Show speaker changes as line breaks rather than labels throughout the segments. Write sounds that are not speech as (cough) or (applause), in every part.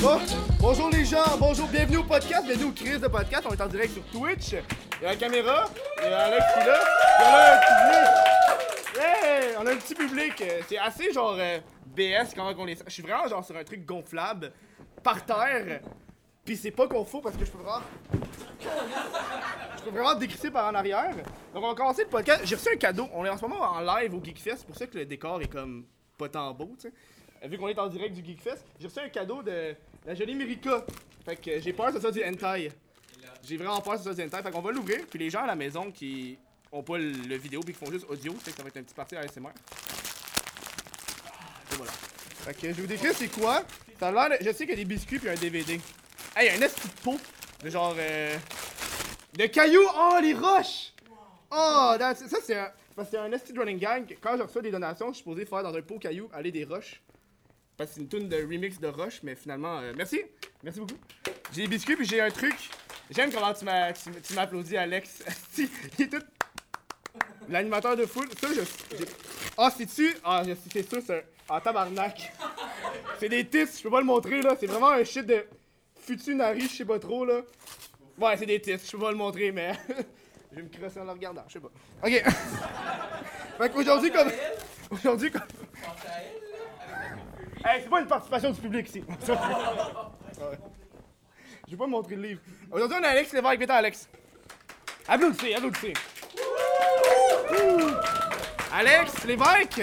Bon, Oh, bonjour les gens, bonjour, bienvenue au podcast, bienvenue au Chris de podcast. On est en direct sur Twitch. Il y a la caméra, il y a Alex qui est là, il y a là un public. Hey, on a un petit public. euh, C'est assez genre euh, BS comment qu'on les. Je suis vraiment genre sur un truc gonflable, par terre. Puis c'est pas qu'on faut parce que je peux vraiment. Je peux vraiment décrisser par en arrière. Donc on va commencer le podcast. J'ai reçu un cadeau. On est en ce moment en live au Geekfest, c'est pour ça que le décor est comme pas tant beau, tu sais. Euh, Vu qu'on est en direct du Geekfest, j'ai reçu un cadeau de la jolie Mirica. Fait que euh, j'ai peur que ce soit du hentai. J'ai vraiment peur que ce soit du hentai. Fait qu'on va l'ouvrir, puis les gens à la maison qui ont pas le le vidéo puis qui font juste audio, fait que ça va être un petit parti ASMR. Et Ah, voilà. Fait que je vous décris c'est quoi. Ça a l'air de- Je sais qu'il y a des biscuits puis un DVD. Hey, y a un esti de pot de genre. euh, de cailloux! Oh, les roches! Oh, that's- ça c'est un. Parce que c'est un esti de running gang. Quand je reçois des donations, je suis supposé faire dans un pot cailloux aller des roches. Parce que c'est une tune de remix de Roche, mais finalement, euh, merci! Merci beaucoup! J'ai des biscuits puis j'ai un truc. J'aime comment tu m'as- tu m- tu m'applaudis, Alex. (laughs) Esti, Il est tout. L'animateur de foule, ça je. j'ai- Ah, c'est-tu? Ah, je- c'est ça, c'est un. Ah, tabarnak! C'est des tits, je peux pas le montrer là, c'est vraiment un shit de futunari, je sais pas trop là. Ouais, c'est des tits, je peux pas le montrer, mais (laughs) je vais me crosser en le regardant, je sais pas. Ok. (laughs) fait qu'aujourd'hui, comme. Aujourd'hui, comme. Hey, c'est pas une participation du public ici. Ouais. (laughs) Je vais pas montrer le livre. Aujourd'hui, on a Alex Lévesque, mettons Alex. Applaudissez, applaudissez. Ouh. Alex Lévesque,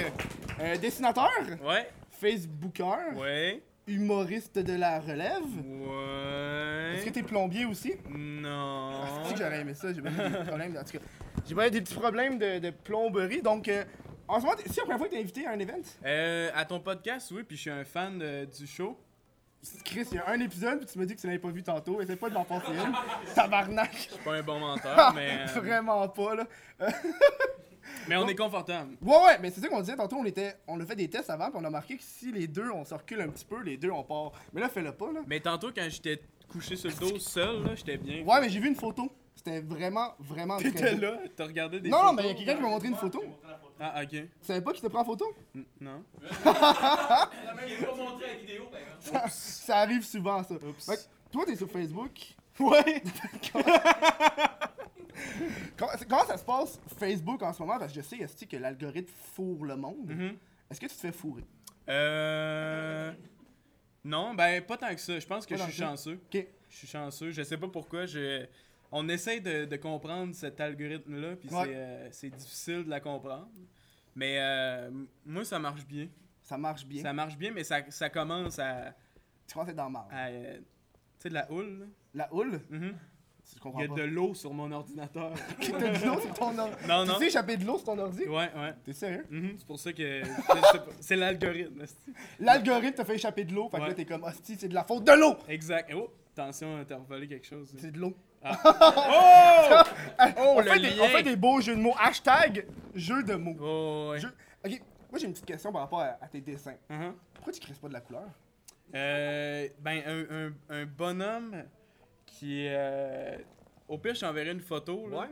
euh, dessinateur.
Ouais.
Facebooker,
Ouais.
humoriste de la relève. Est-ce que
Ouais.
t'es plombier aussi? Ah,
Non.
c'est-tu que j'aurais aimé ça, j'ai pas eu des problèmes. En tout cas, j'ai pas eu des petits problèmes de, de plomberie. Donc, euh, en ce moment, t'es- c'est la première fois que t'es invité à un event.
Euh, à ton podcast, oui, puis je suis un fan euh, du show.
Chris, il y a un épisode, puis tu me dis que tu l'avais pas vu tantôt. Essaye pas de m'en passer une.
(laughs)
Tabarnak!
Je suis pas un bon menteur,
(laughs)
mais, euh,
Ah, Vraiment pas, là. Euh,
mais on est confortable.
Ouais, ouais, mais c'est ça qu'on disait tantôt. On, était, on a fait des tests avant, puis on a marqué que si les deux, on se recule un petit peu, les deux, on part. Mais là, fais-le pas, là.
Mais tantôt, quand j'étais couché sur le dos seul, là, j'étais bien.
Ouais, mais j'ai vu une photo. C'était vraiment, vraiment. très
T'étais
beau.
là, t'as regardé des
Non, non, mais
photos.
il y a quelqu'un qui m'a montré une photo.
Ah, ok.
Tu savais pas qu'il te prend en photo?
N- Non.
ben, hein,
Ça arrive souvent, ça.
Oups.
Fait que toi, t'es sur Facebook. (laughs) Ouais. comment, c'est- comment ça se passe Facebook en ce moment? Parce que je sais esti, que l'algorithme fourre le monde.
Mhm.
Est-ce que tu te fais fourrer?
Euh. Non, ben, pas tant que ça. Je pense que
Pas
je
tant
suis
que ça.
chanceux.
Ok.
Je suis chanceux. Je sais pas pourquoi. Je... On essaie de, de comprendre cet algorithme-là, puis
Ouais.
c'est, euh, c'est difficile de la comprendre. Mais euh, m- moi, ça marche bien.
Ça marche bien.
Ça marche bien, mais ça, ça commence à.
Tu commences à être dans le marbre.
à, euh, tu sais, de la houle. là.
La houle?
Mhm.
Je
Il y
comprends
a de
pas.
l'eau sur mon ordinateur.
(laughs) T'as de l'eau sur ton ordi.
non,
Tu
non.
sais échapper de l'eau sur ton ordi?
Ouais, ouais.
T'es sérieux?
Mhm, C'est pour ça que. je sais pas, c'est l'algorithme. esti.
L'algorithme t'a fait échapper de l'eau. Fait que
Ouais.
là, t'es comme, hostie, c'est de la faute de l'eau!
Exact. Oh, attention, t'as volé quelque chose.
C'est de l'eau.
(laughs) Oh!
on,
le
fait des, on
lien.
fait des beaux jeux de mots. Hashtag jeu de mots.
Oh, ouais.
Je- Ok, moi j'ai une petite question par rapport à, à tes dessins.
Mhm.
Pourquoi tu crées pas de la couleur
Euh, ben, un, un- un bonhomme qui. euh, au pire, je t'enverrai une photo, là.
Ouais.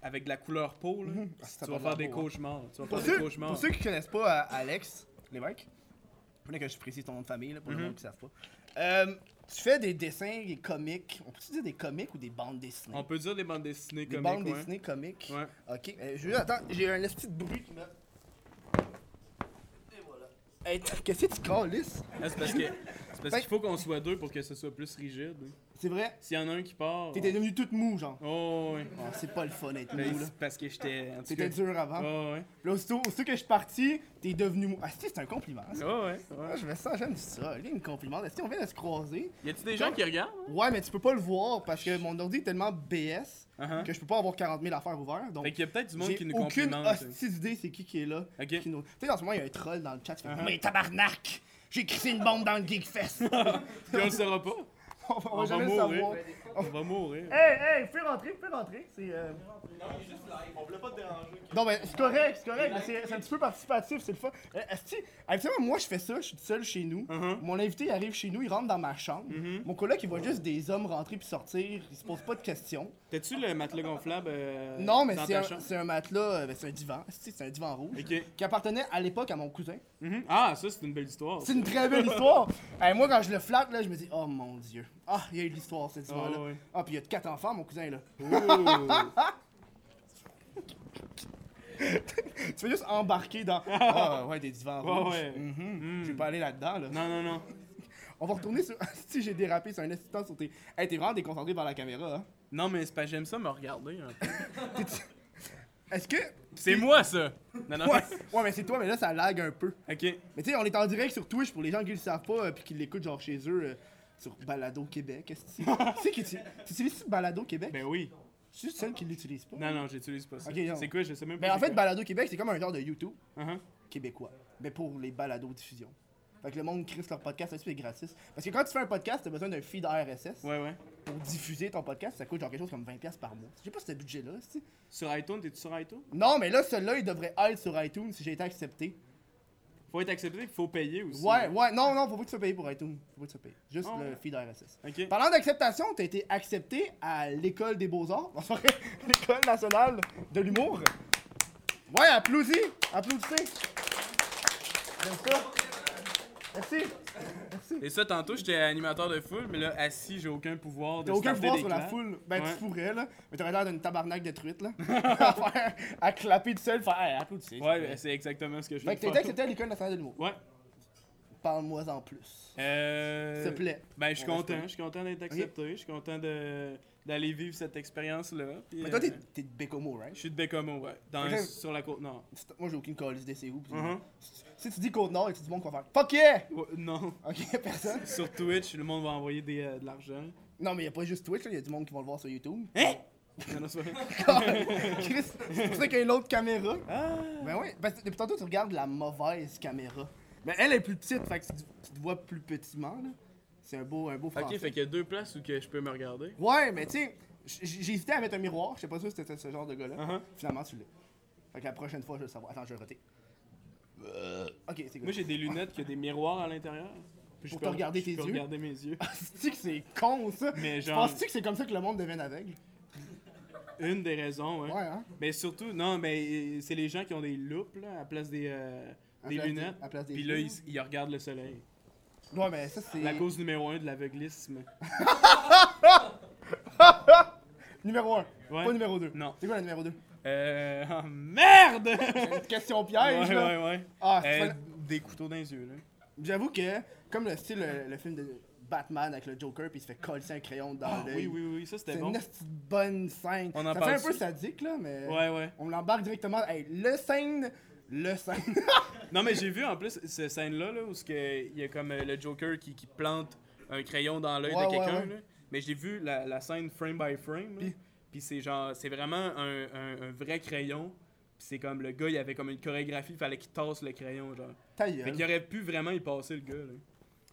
Avec de la couleur peau, là.
Mhm. (laughs) Ah,
Si
ça
tu
va
vas
l'air
faire des
beau, hein.
cauchemars. Tu vas
pour
faire des
ceux,
cauchemars.
pour ceux qui connaissent pas euh, Alex Lévesque, prenez que je précise ton nom de famille là, pour le monde qui savent pas. Euh, tu fais des dessins, des comiques. On peut-tu dire des comiques ou des bandes dessinées
On peut dire des bandes dessinées
Des
comme
bandes dessinées comiques.
Ouais.
Ok, euh, je attends, j'ai un petit bruit qui me. Et voilà. Hey, t- qu'est-ce que tu calisses
Ah, c'est parce que- c'est parce
Ben-
qu'il faut qu'on soit deux pour que ce soit plus rigide. hein.
C'est vrai
S'il y en a un qui part.
T'étais devenu toute mou, genre.
Oh, ouais.
Ah, c'est pas le fun d'être
Ben,
mou, là.
c'est parce que j'étais. en tout
C'était
cas-
dur avant.
Oh, ouais.
Puis là, aussitôt, aussitôt que je suis parti, t'es devenu mou. Ah, si, c'est un compliment. ça.
Oh, ouais. ouais.
Ah, je me sens, j'aime ça. Là, une compliment. Si on vient de se croiser.
Y a-tu des gens qui regardent? hein?
Ouais, mais tu peux pas le voir parce que mon ordi est tellement BS
Uh-huh.
que je peux pas avoir 40 000 affaires ouvertes. Donc,
Fait qu'il y a peut-être du monde
j'ai
qui nous
aucune
complimente. hein.
hostie d'idée c'est qui qui est là.
Ok.
qui nous- Tu sais, en ce moment, il y a un troll dans le chat qui fait
Uh-huh.
Mais tabarnak J'ai crissé une bombe dans le Geekfest
(laughs) Puis on le saura pas.
On va
On va
jamais le
mourir.
savoir.
On va mourir.
Hey, hey, fais rentrer, fais rentrer. C'est. euh,
On voulait pas te déranger.
Non, ben, c'est correct, c'est correct, mais c'est c'est un petit peu participatif, c'est le fun. Euh, Esti, habituellement, moi, je fais ça, je suis tout seul chez nous.
Mhm.
Mon invité, il arrive chez nous, il rentre dans ma chambre. Mon coloc, il voit juste des hommes rentrer puis sortir, il se pose pas de questions.
T'as-tu le matelas gonflable euh,
non, mais
dans
c'est
ta
un,
chambre?
c'est un matelas, euh, ben, c'est un divan, Esti, c'est un divan rouge.
Ok.
Qui appartenait à l'époque à mon cousin.
Mhm. Ah, ça, c'est une belle histoire.
C'est une très belle histoire. Hey, moi, quand je le flatte, là, je me dis, oh mon dieu. Ah, il y a eu de l'histoire, ce divan-là.
Ah, ouais. Oh.
Ah, puis il y a quatre enfants, mon cousin, là.
Ouh.
(laughs) Tu veux juste embarquer dans. Ah, ouais, des divans
Ouais,
rouges.
ouais.
Mhm.
Mm.
Je vais pas aller là-dedans, là.
Non, non, non.
On va retourner sur. (laughs) si j'ai dérapé sur un assistant sur tes. Hey, t'es vraiment déconcentré par la caméra, hein.
Non, mais c'est pas j'aime ça me regarder.
(laughs)
un peu.
Est-ce que.
C'est moi, ça. Non, non.
Ouais, ouais, mais c'est toi, mais là, ça lag un peu.
(laughs) Ok.
Mais tu sais, on est en direct sur Twitch pour les gens qui le savent pas, euh, puis qui l'écoutent, genre chez eux, euh, sur Balado Québec. Est-ce que tu tu sais que tu. Tu utilises Balado Québec
Ben oui.
Je suis celle qui l'utilise pas.
Non, non, j'utilise pas ça.
Ok, non.
C'est quoi, je sais même pas.
Ben, en
c'est
fait,
quoi.
Balado Québec, c'est comme un genre de YouTube
Uh-huh.
québécois. Mais pour les balados diffusion. Fait que le monde crisse leur podcast là-dessus, c'est gratis. Parce que quand tu fais un podcast, t'as besoin d'un feed RSS.
Ouais, ouais.
pour diffuser ton podcast, ça coûte genre quelque chose comme 20$ par mois. Je sais pas ce budget-là, c'est.
Sur iTunes, t'es-tu sur iTunes?
Non, mais là, celui-là, il devrait être sur iTunes si j'ai été accepté.
Faut être accepté, faut payer aussi.
Ouais, ouais, non, non, faut pas que tu sois payé pour iTunes. Faut pas que tu sois payé. Juste
Ah
le
ouais.
feed RSS.
Ok.
Parlant d'acceptation, t'as été accepté à l'École des Beaux-Arts, (laughs) en soirée, l'École nationale de l'humour. Ouais, applaudis, applaudissez. J'aime ça. Merci.
Et ça, tantôt, j'étais animateur de foule, mais là, assis, j'ai aucun pouvoir de
T'as aucun
starter
pouvoir
des
sur la
claps.
foule. Ben,
Ouais.
tu pourrais, là. Mais t'aurais l'air d'une tabarnak de truite,
(laughs)
là. (laughs) à, faire- à clapper tout seul, faire, hey, applaudissez.
Ouais, ben, c'est exactement ce que je
Fait que t'as
fais.
été accepté à l'École nationale de l'humour.
Ouais.
Parle-moi en plus.
Euh...
S'il te plaît.
Ben, je suis
On reste
content.
là.
Je suis content d'être accepté. Je suis content de... d'aller vivre cette expérience-là. puis,
Mais toi, t'es
euh,
t'es de Bécomo,
Je
right?
suis de Bécomo, ouais. Dans...
Ok. Uh-huh.
Sur la côte nord.
C'est- Moi, j'ai aucune colise de c'est où. pis-
Mhm.
Si tu dis Côte-Nord, il y a tout du monde qui va faire Fuck yeah!
Ouais, non. (laughs)
Ok, (laughs) personne.
sur Twitch, le monde va envoyer des, euh, de l'argent.
Non, mais il a pas juste Twitch, il y a du monde qui va le voir sur YouTube. (laughs)
Hein? Non, non, c'est pas vrai.
Chris, c'est pour ça qu'il y a une autre caméra.
Ah!
Ben ouais, parce que depuis tantôt, tu regardes la mauvaise caméra. Mais elle est plus petite, fait que tu, tu te vois plus petitement, là. C'est un beau, un beau français.
Ok, fait qu'il y a deux places où que je peux me regarder.
Ouais, mais tu sais, j- j'ai hésité à mettre un miroir. Je sais pas sûr si c'était ce genre de gars-là.
Uh-huh.
Finalement, tu l'as. Fait que la prochaine fois, je vais le savoir. Attends, je vais roter. Euh, Ok, c'est
Moi,
good. (laughs)
j'ai des lunettes qui ont des miroirs à l'intérieur. Puis je
Pour
peux
te
re-
regarder
je
tes
peux
yeux?
regarder mes yeux. (laughs)
Penses-tu que c'est con, ça?
Mais genre-
Penses-tu que c'est comme ça que le monde devient aveugle?
Une des raisons, ouais.
Ouais, hein?
Mais surtout, non, mais euh, c'est les gens qui ont des loupes, là, à place des, euh,
À
des
place des-
lunettes.
à place des
Puis là,
yeux.
ils, ils regardent le soleil.
Ouais, mais ça, c'est...
La cause numéro un
(laughs)
de l'aveuglisme.
Numéro 1,
Ouais.
pas numéro 2.
Non.
C'est quoi la numéro 2?
Euh. ah, merde!
Une question
ouais,
piège, là.
ouais, ouais.
Ah, c'est
Euh,
pas-
des couteaux dans les yeux, là.
J'avoue que, comme le style, le, le film de Batman avec le Joker, puis il se fait coller un crayon dans
Ah, oui,
l'œil.
oui, oui, ça c'était
C'est
bon.
une esti de bonne scène.
On
ça
en
fait
parle
un peu
dessus.
sadique, là, mais...
Ouais, ouais.
On l'embarque directement. Hey, le scène. Le
(laughs)
scène.
Non, mais j'ai vu en plus cette scène-là là, où ce que- il y a comme euh, le Joker qui, qui plante un crayon dans l'œil
Ouais,
de
ouais,
quelqu'un.
ouais.
là. Mais j'ai vu la, la scène frame by frame. là.
Puis-
Puis, c'est genre, c'est vraiment un, un- un vrai crayon. Puis c'est comme le gars, il avait comme une chorégraphie, il fallait qu'il tasse le crayon. genre.
Ta
Fait
gueule.
qu'il aurait pu vraiment y passer le gars. là.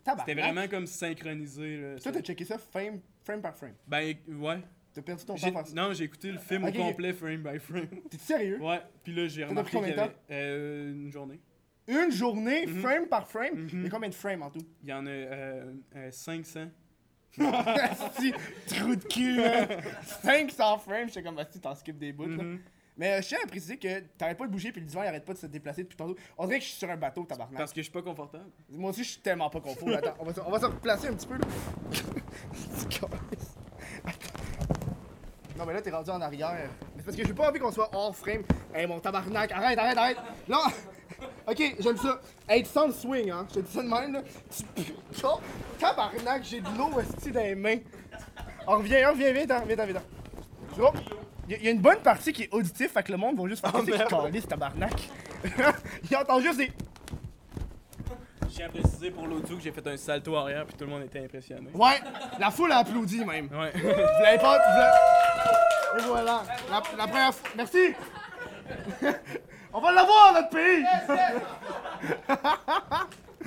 Tabarnak.
C'était vraiment comme synchronisé. Là,
Bah, Toi,
ça.
t'as checké ça frame, frame par frame.
Ben ouais.
T'as perdu ton temps
J'ai-
à faire ça.
Non, j'ai écouté le film
Ok, ok.
au complet frame
(laughs)
by frame.
T'es sérieux?
ouais. Puis là, j'ai
Ça t'a
remarqué
pris combien
qu'il
de
y avait,
temps?
euh, une journée.
Une journée,
Mhm.
frame par frame.
Mhm.
Il y a combien de frames en tout?
Il y en a euh, euh, 500.
Asti, trou de cul, hein. 500 frames, j'étais comme, Asti, t'en skip des bouts, là.
Mhm.
Mais euh, je tiens à préciser que t'arrêtes pas de bouger, puis le divan, il arrête pas de se déplacer depuis tantôt. On dirait que je suis sur un bateau, tabarnak.
Parce que je suis pas confortable.
Moi aussi, je suis tellement pas confort. Attends, on va, se- on va se replacer un petit peu là. (laughs) C'est con. Attends. non, mais là, t'es rendu en arrière. Mais c'est parce que j'ai pas envie qu'on soit hors frame. Hey, mon tabarnak, arrête, arrête, arrête. Non! (laughs) Ok, j'aime ça. Hey, tu sens le swing, hein. Je te dis ça de même, là. Tu (laughs) putain, tabarnak, j'ai de l'eau esti dans les mains. On revient, on revient, hein. viens, viens, viens, viens. C'est bon? Il y a une bonne partie qui est auditive, fait que le monde va juste faire
Oh,
Qu'est-ce que
merde.
tu calisses, tabarnak. (laughs) Il entend juste des.
Je tiens à préciser pour l'audio que j'ai fait un salto arrière puis tout le monde était impressionné.
Ouais, la foule a applaudi même.
Ouais.
Vous l'avez pas. Vous l'avez... Et voilà. La, la première fois. Merci. (laughs) On va l'avoir, notre pays.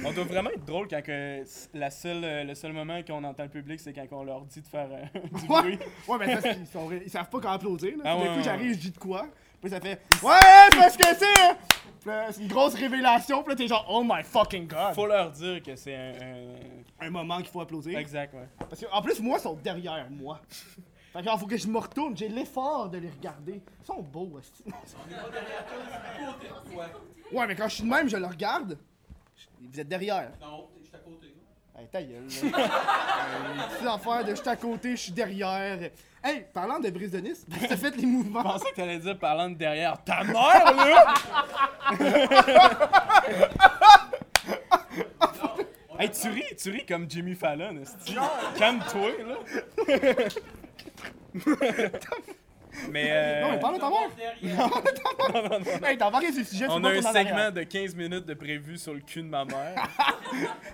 on doit vraiment être drôle quand que s- la seule, euh, le seul moment qu'on entend le public, c'est quand on leur dit de faire euh, (laughs) du
Ouais,
bruit.
ouais mais ça, c'est qu'ils sont, ils savent pas quand applaudir. Là.
Ah
Tout d'un
ouais,
coup,
ouais,
j'arrive,
ouais.
je dis de quoi. Puis ça fait Ouais, parce que c'est. hein? Puis là, c'est une grosse révélation. Puis là, t'es genre Oh my fucking god.
Faut leur dire que c'est un, un-
Un moment qu'il faut applaudir.
Exact, ouais.
Parce que, en plus, moi, ils sont derrière moi. Fait que, genre, faut que je me retourne. J'ai l'effort de les regarder. Ils sont beaux, aussi. Ouais, mais quand je suis de même, je le regarde. Je- Vous êtes derrière.
Non, je suis à côté.
Hey, ta gueule, là. Petite affaire de je suis à côté, je suis derrière. Hey, parlant de Brise de Nice, t'as fait les
Je
mouvements.
pensais que t'allais dire parlant de derrière ta mère, là! hey, tu ris, tu ris comme Jimmy Fallon, esti. Calme-toi, là! mais, euh,
Non, mais parle de ta mère.
Derrière.
Hey, t'as marqué sur le sujet, tu
on a
vois
un
qu'on en
segment
arrière.
de 15 minutes de prévu sur le cul de ma mère.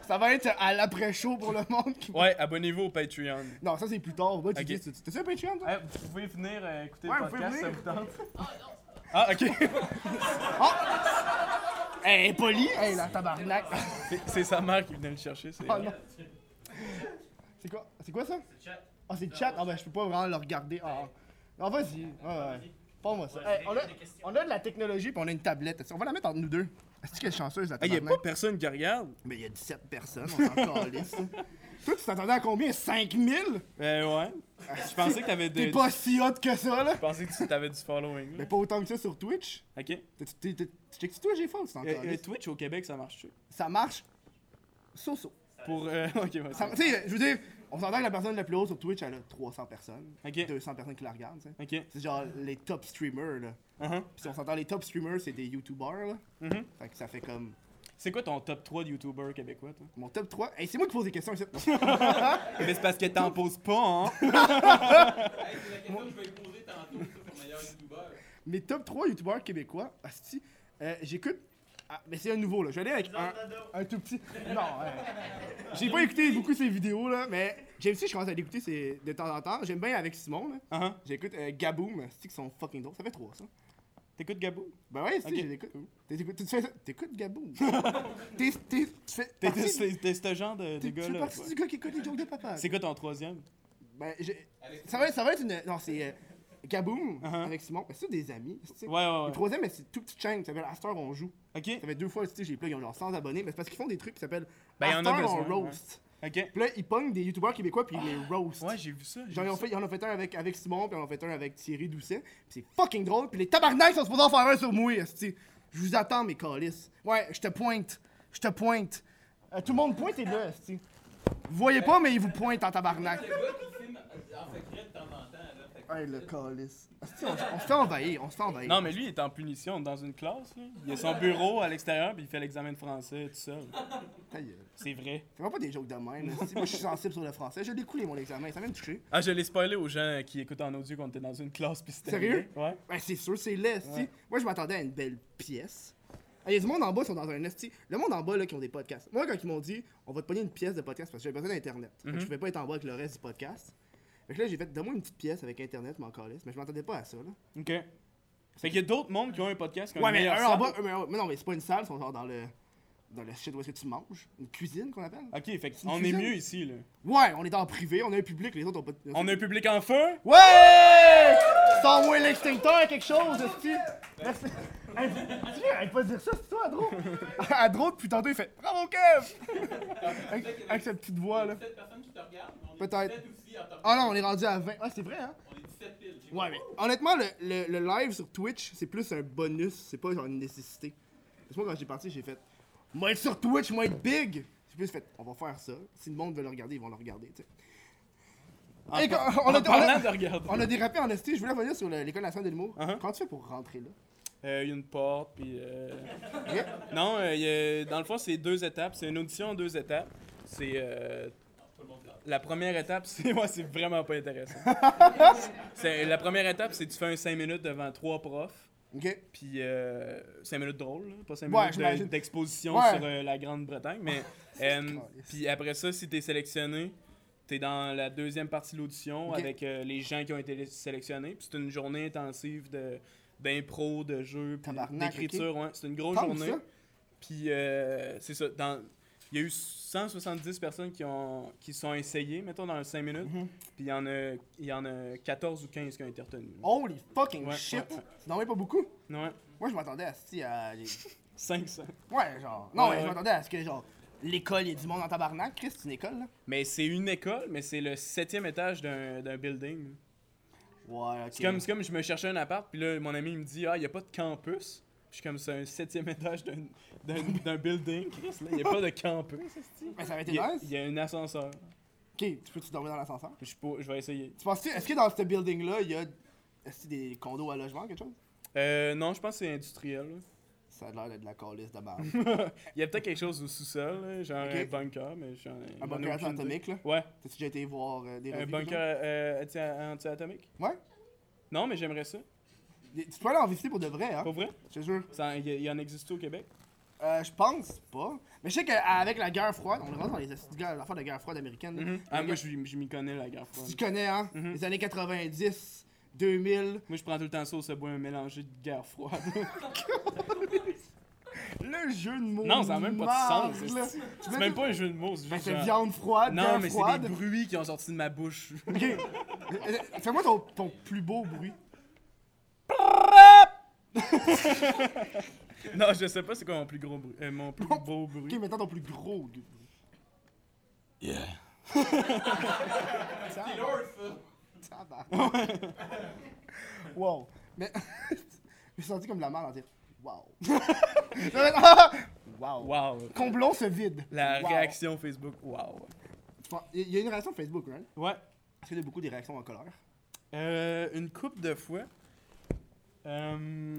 Ça va être à l'après-show pour le monde. qui-
Ouais, abonnez-vous au Patreon.
Non, ça c'est plus tard. Moi, tu
Ok.
dis, tu- t'as-tu un Patreon, toi?
vous pouvez venir euh, écouter
Ouais, le vous pouvez podcast, venir.
ça vous tente. Ah, ok. (laughs)
Hey, poli! Hey, la tabarnak!
C'est- C'est sa mère qui venait le chercher. c'est-
Oh non! C'est quoi? C'est quoi ça?
chat.
Ah, c'est le chat? Ah, ben, je peux pas vraiment le regarder. Ah, non, vas-y. Ouais, ouais. Parle-moi ça. Hey, on, a, on a de la technologie puis on a une tablette. On va la mettre entre nous deux. Est-ce que est chanceuse, la
Ah, y a
tabarnak?
pas personne qui regarde.
Mais il y a 17 personnes, on s'en calisse. Toi, tu t'attendais à combien? 5000?
Ben ouais. Je pensais que t'avais de...
T'es
Je
pas si hot que ça, là!
pensais que tu t'avais du following. là.
Mais pas autant que ça sur Twitch.
Ok. Euh,
T'es- t'es- t'es- Tu checkes toi, j'ai faim, tu t'en
euh,
calisses.
Twitch au Québec, ça marche-tu?
Ça marche. So-so.
Pour... euh, (laughs) Ok, ouais.
Ça- Tu sais, je veux dire, on s'entend que la personne la plus haute sur Twitch, elle a 300 personnes.
Ok.
200 personnes qui la regardent, tu sais.
Ok.
C'est genre les top streamers, là.
Uh-huh.
Puis si on s'entend, les top streamers, c'est des YouTubers, là.
Mhm.
Fait que ça fait comme.
C'est quoi ton top 3 de YouTubers québécois, toi?
Mon top 3. Hey, c'est moi qui pose des questions ici.
(laughs)
Euh,
Mais c'est parce que t'en poses pas, hein? (laughs)
Hey, c'est la question que je vais poser tantôt sur ton meilleur youtubeur.
Mes top 3 youtubeurs québécois, asti, euh, j'écoute. Ah, mais c'est un nouveau là, je vais aller avec un, un tout petit. Non, euh, j'ai pas écouté beaucoup ses vidéos là, mais j'aime si je commence à l'écouter c'est de temps en temps. J'aime bien avec Simon là.
Uh-huh.
J'écoute euh, Gaboom, asti, qui sont fucking drôles. Ça fait 3 ça.
T'écoutes Gabou?
Ben ouais, asti,
Ok.
je l'écoute. T'écoutes- Tu fais ça- T'écoutes
(laughs)
Gaboom. T'es. T'es. Tu fais.
T'es
partie-
t'es- t'es ce genre de, de
t'es- tu fais
gars-là.
partie
toi.
du gars qui écoute les jokes de papa.
C'est quoi ton troisième?
Ben, je-
Avec-
ça, va, ça va être une. Non, c'est. euh, Gaboom
Uh-huh.
avec Simon. Ben, c'est des amis. asti.
Ouais, ouais,
Le
ouais.
troisième, ben, c'est une toute petite chaîne qui s'appelle Astor On Joue.
Ok.
Ça fait deux fois, tu sais, j'ai plug, ils ont genre 100 abonnés, mais c'est parce qu'ils font des trucs qui s'appellent
Ben, y en a
After on
besoin,
Roast.
Ok.
Puis là, ils pognent des youtubeurs québécois, puis ils les roast.
Ouais, j'ai vu ça. j'ai
Genre, ils
vu
en,
ça.
fait, ils en ont fait un avec, avec Simon, puis ils en ont fait un avec Thierry Doucet. Puis c'est fucking drôle, puis les tabarnaks sont supposés en faire un sur moi, esti. Je vous attends, mes calices. Ouais, je te pointe. Je te pointe. Euh, tout le monde pointe, et là, esti. Vous voyez pas, mais ils vous pointent en tabarnak.
Le gars qui filme en secret de temps en temps. Là, fait que-
Hey, le calice. Esti, on, on se fait envahir, on se fait envahir.
Non, mais lui, il est en punition dans une classe. Là. Il a son bureau à l'extérieur, puis il fait l'examen de français tout seul.
Ta gueule.
C'est vrai.
Fais-moi pas des jokes de même, esti. Moi, je suis sensible sur le français. Je l'ai coulé, mon examen. Ça m'a même touché.
Ah, je l'ai spoilé aux gens qui écoutent en audio qu'on était dans une classe, puis c'était.
Sérieux?
vrai. Ouais.
Ben, c'est sûr, c'est laid, esti. Moi, je m'attendais à une belle pièce. Il y a du monde en bas qui sont dans un esti. Le monde en bas, là, qui ont des podcasts. Moi, quand ils m'ont dit, on va te pogner une pièce de podcast parce que j'avais besoin d'Internet. Fait
Mhm.
que Je pouvais pas être en bas avec le reste du podcast. Fait que là, j'ai fait, donne-moi une petite pièce avec Internet, mon calice. Mais je m'attendais pas à ça, là.
Ok. Fait qu'il y a d'autres mondes qui ont un podcast qui ont
Ouais,
une
mais
meilleure
un en
salle.
bas, eux, mais, un- mais non, mais c'est pas une salle, ils sont genre dans le. Dans le shit où est-ce que tu manges. Une cuisine, qu'on appelle.
Ok, fait
une
qu'on est
cuisine.
mieux ici, là.
Ouais, on est en privé, on a un public, les autres ont pas de.
On a un public en feu?
Ouais! Sors-moi l'extincteur, quelque chose, esti! Merci. Hey, tu sais, arrête pas de dire ça, c'est toi, Adro! (laughs) Adro, depuis tantôt, il fait Bravo, Kev! avec, avec sa petite voix, là.
17 personnes qui te regardent. On est
Peut-être.
17 aussi en temps.
Ah non, on est rendu à 20. Ah, c'est vrai, hein?
On est 17 piles. j'ai
Ouais, mais honnêtement, le, le- le live sur Twitch, c'est plus un bonus, c'est pas genre une nécessité. Parce que moi, quand j'ai parti, j'ai fait Moi être sur Twitch, moi être big! J'ai plus fait On va faire ça. Si le monde veut le regarder, ils vont le regarder, tu sais.
En,
Hey,
par-
on a-
en
on a-
parlant de regarder.
On a dérapé en esti, je voulais revenir sur le- l'école nationale de l'humour.
Uh-huh.
Comment tu fais pour rentrer là?
Euh, il y a une porte, puis. euh,
Rien?
Non, euh, il y a- dans le fond, c'est deux étapes. C'est une audition en deux étapes. C'est. euh, La première étape, (laughs) c'est ouais, c'est vraiment
(laughs)
pas intéressant. C'est- la première étape, c'est tu fais un 5 minutes devant trois profs,
Ok.
puis 5 minutes drôles, là, pas 5
Ouais,
minutes de-
j'imagine.
d'exposition
Ouais.
sur euh, la Grande-Bretagne.
(laughs)
Mais euh, puis après ça, si t'es sélectionné, t'es dans la deuxième partie de l'audition
Ok.
avec euh, les gens qui ont été sélectionnés. Puis c'est une journée intensive de d'impro, de jeu, puis
Tabarnak,
d'écriture. ouais. C'est une grosse
Parle de
journée.
ça.
Puis euh, c'est ça. Dans, il y a eu 170 personnes qui ont qui sont essayées, mettons, dans 5 minutes.
Mm-hmm.
Puis il y, en a- il y en a 14 ou 15 qui ont été retenues.
Holy fucking
Ouais,
shit!
ouais, ouais.
C'est normal pas beaucoup.
Ouais,
Moi, je m'attendais à, si, à les-
500.
Ouais, genre. Non,
Ouais,
mais je
ouais.
m'attendais à ce que, genre, l'école, il y ait du monde en tabarnak. Chris, c'est une école, là.
Mais c'est une école, mais c'est le septième étage d'un d'un building.
Ouais, ok.
C'est comme, c'est comme je me cherchais un appart, puis là, mon ami il me dit Ah, il n'y a pas de campus. Je suis comme, c'est un septième étage d'un- (laughs) d'un d'un building, Chris. Il n'y a pas de campus. esti.
Mais ça aurait été
Il y, a-
nice.
il y a un ascenseur.
Ok, tu peux-tu dormir dans l'ascenseur?
Je, pour- je vais essayer.
Tu penses-tu, est-ce que dans ce building-là, il y a est-ce que des condos à logement, quelque chose?
Euh, non, je pense que c'est industriel. là.
Ça a l'air d'être de la calice de barbe.
(laughs) Il y a peut-être quelque chose au sous-sol, là, genre
Ok.
un bunker, mais j'en ai.
Un
j'en ai
bunker
aucune idée.
atomique, là.
Ouais,
T'as-tu déjà été voir euh, des
un
revues,
bunker euh, anti- anti-atomique.
quelque chose? Ouais.
Non, mais j'aimerais ça.
Des- Tu peux aller en visiter pour de vrai, hein?
Pour vrai
Je te jure.
Ça- Il y, il y en existe au Québec
Euh, je pense pas. Mais je sais qu'avec la guerre froide, on le rend dans les astuces- l'affaire de la guerre froide américaine. là.
Ah,
Les
moi,
gars-
je je Mm-hmm. m'y connais, la guerre froide.
Tu connais, hein? Les années 90, 2000.
Moi, je prends tout le temps ça au Subway, mélangé de guerre froide.
Le jeu de mots.
Non, ça a même pas de
marde,
sens,
là.
c'est-
Tu
(laughs) c'est
veux
même
dire-
pas un jeu de mots, c'est
Ben,
juste.
c'est
genre-
viande froide,
Non,
guerre
mais c'est
froide.
des bruits qui ont sorti de ma bouche. (laughs)
Ok. Euh, euh, Fais-moi ton, ton plus beau bruit.
non, je sais pas c'est quoi mon plus gros bruit. euh, mon plus beau
Ok,
bruit.
maintenant ton plus gros bruit. (laughs)
Yeah.
Ça,
C'est l'or, ça.
ça va. (laughs) wow. Mais. (laughs) Je me suis senti comme de la merde en dire. Wow. (laughs) wow.
Wow.
Comblons ce vide.
La
Wow.
réaction Facebook, wow.
Tu penses- Il y a une réaction Facebook, right?
Ouais.
Est-ce qu'il y a beaucoup des réactions en colère?
Euh, une coupe de fois. Euh,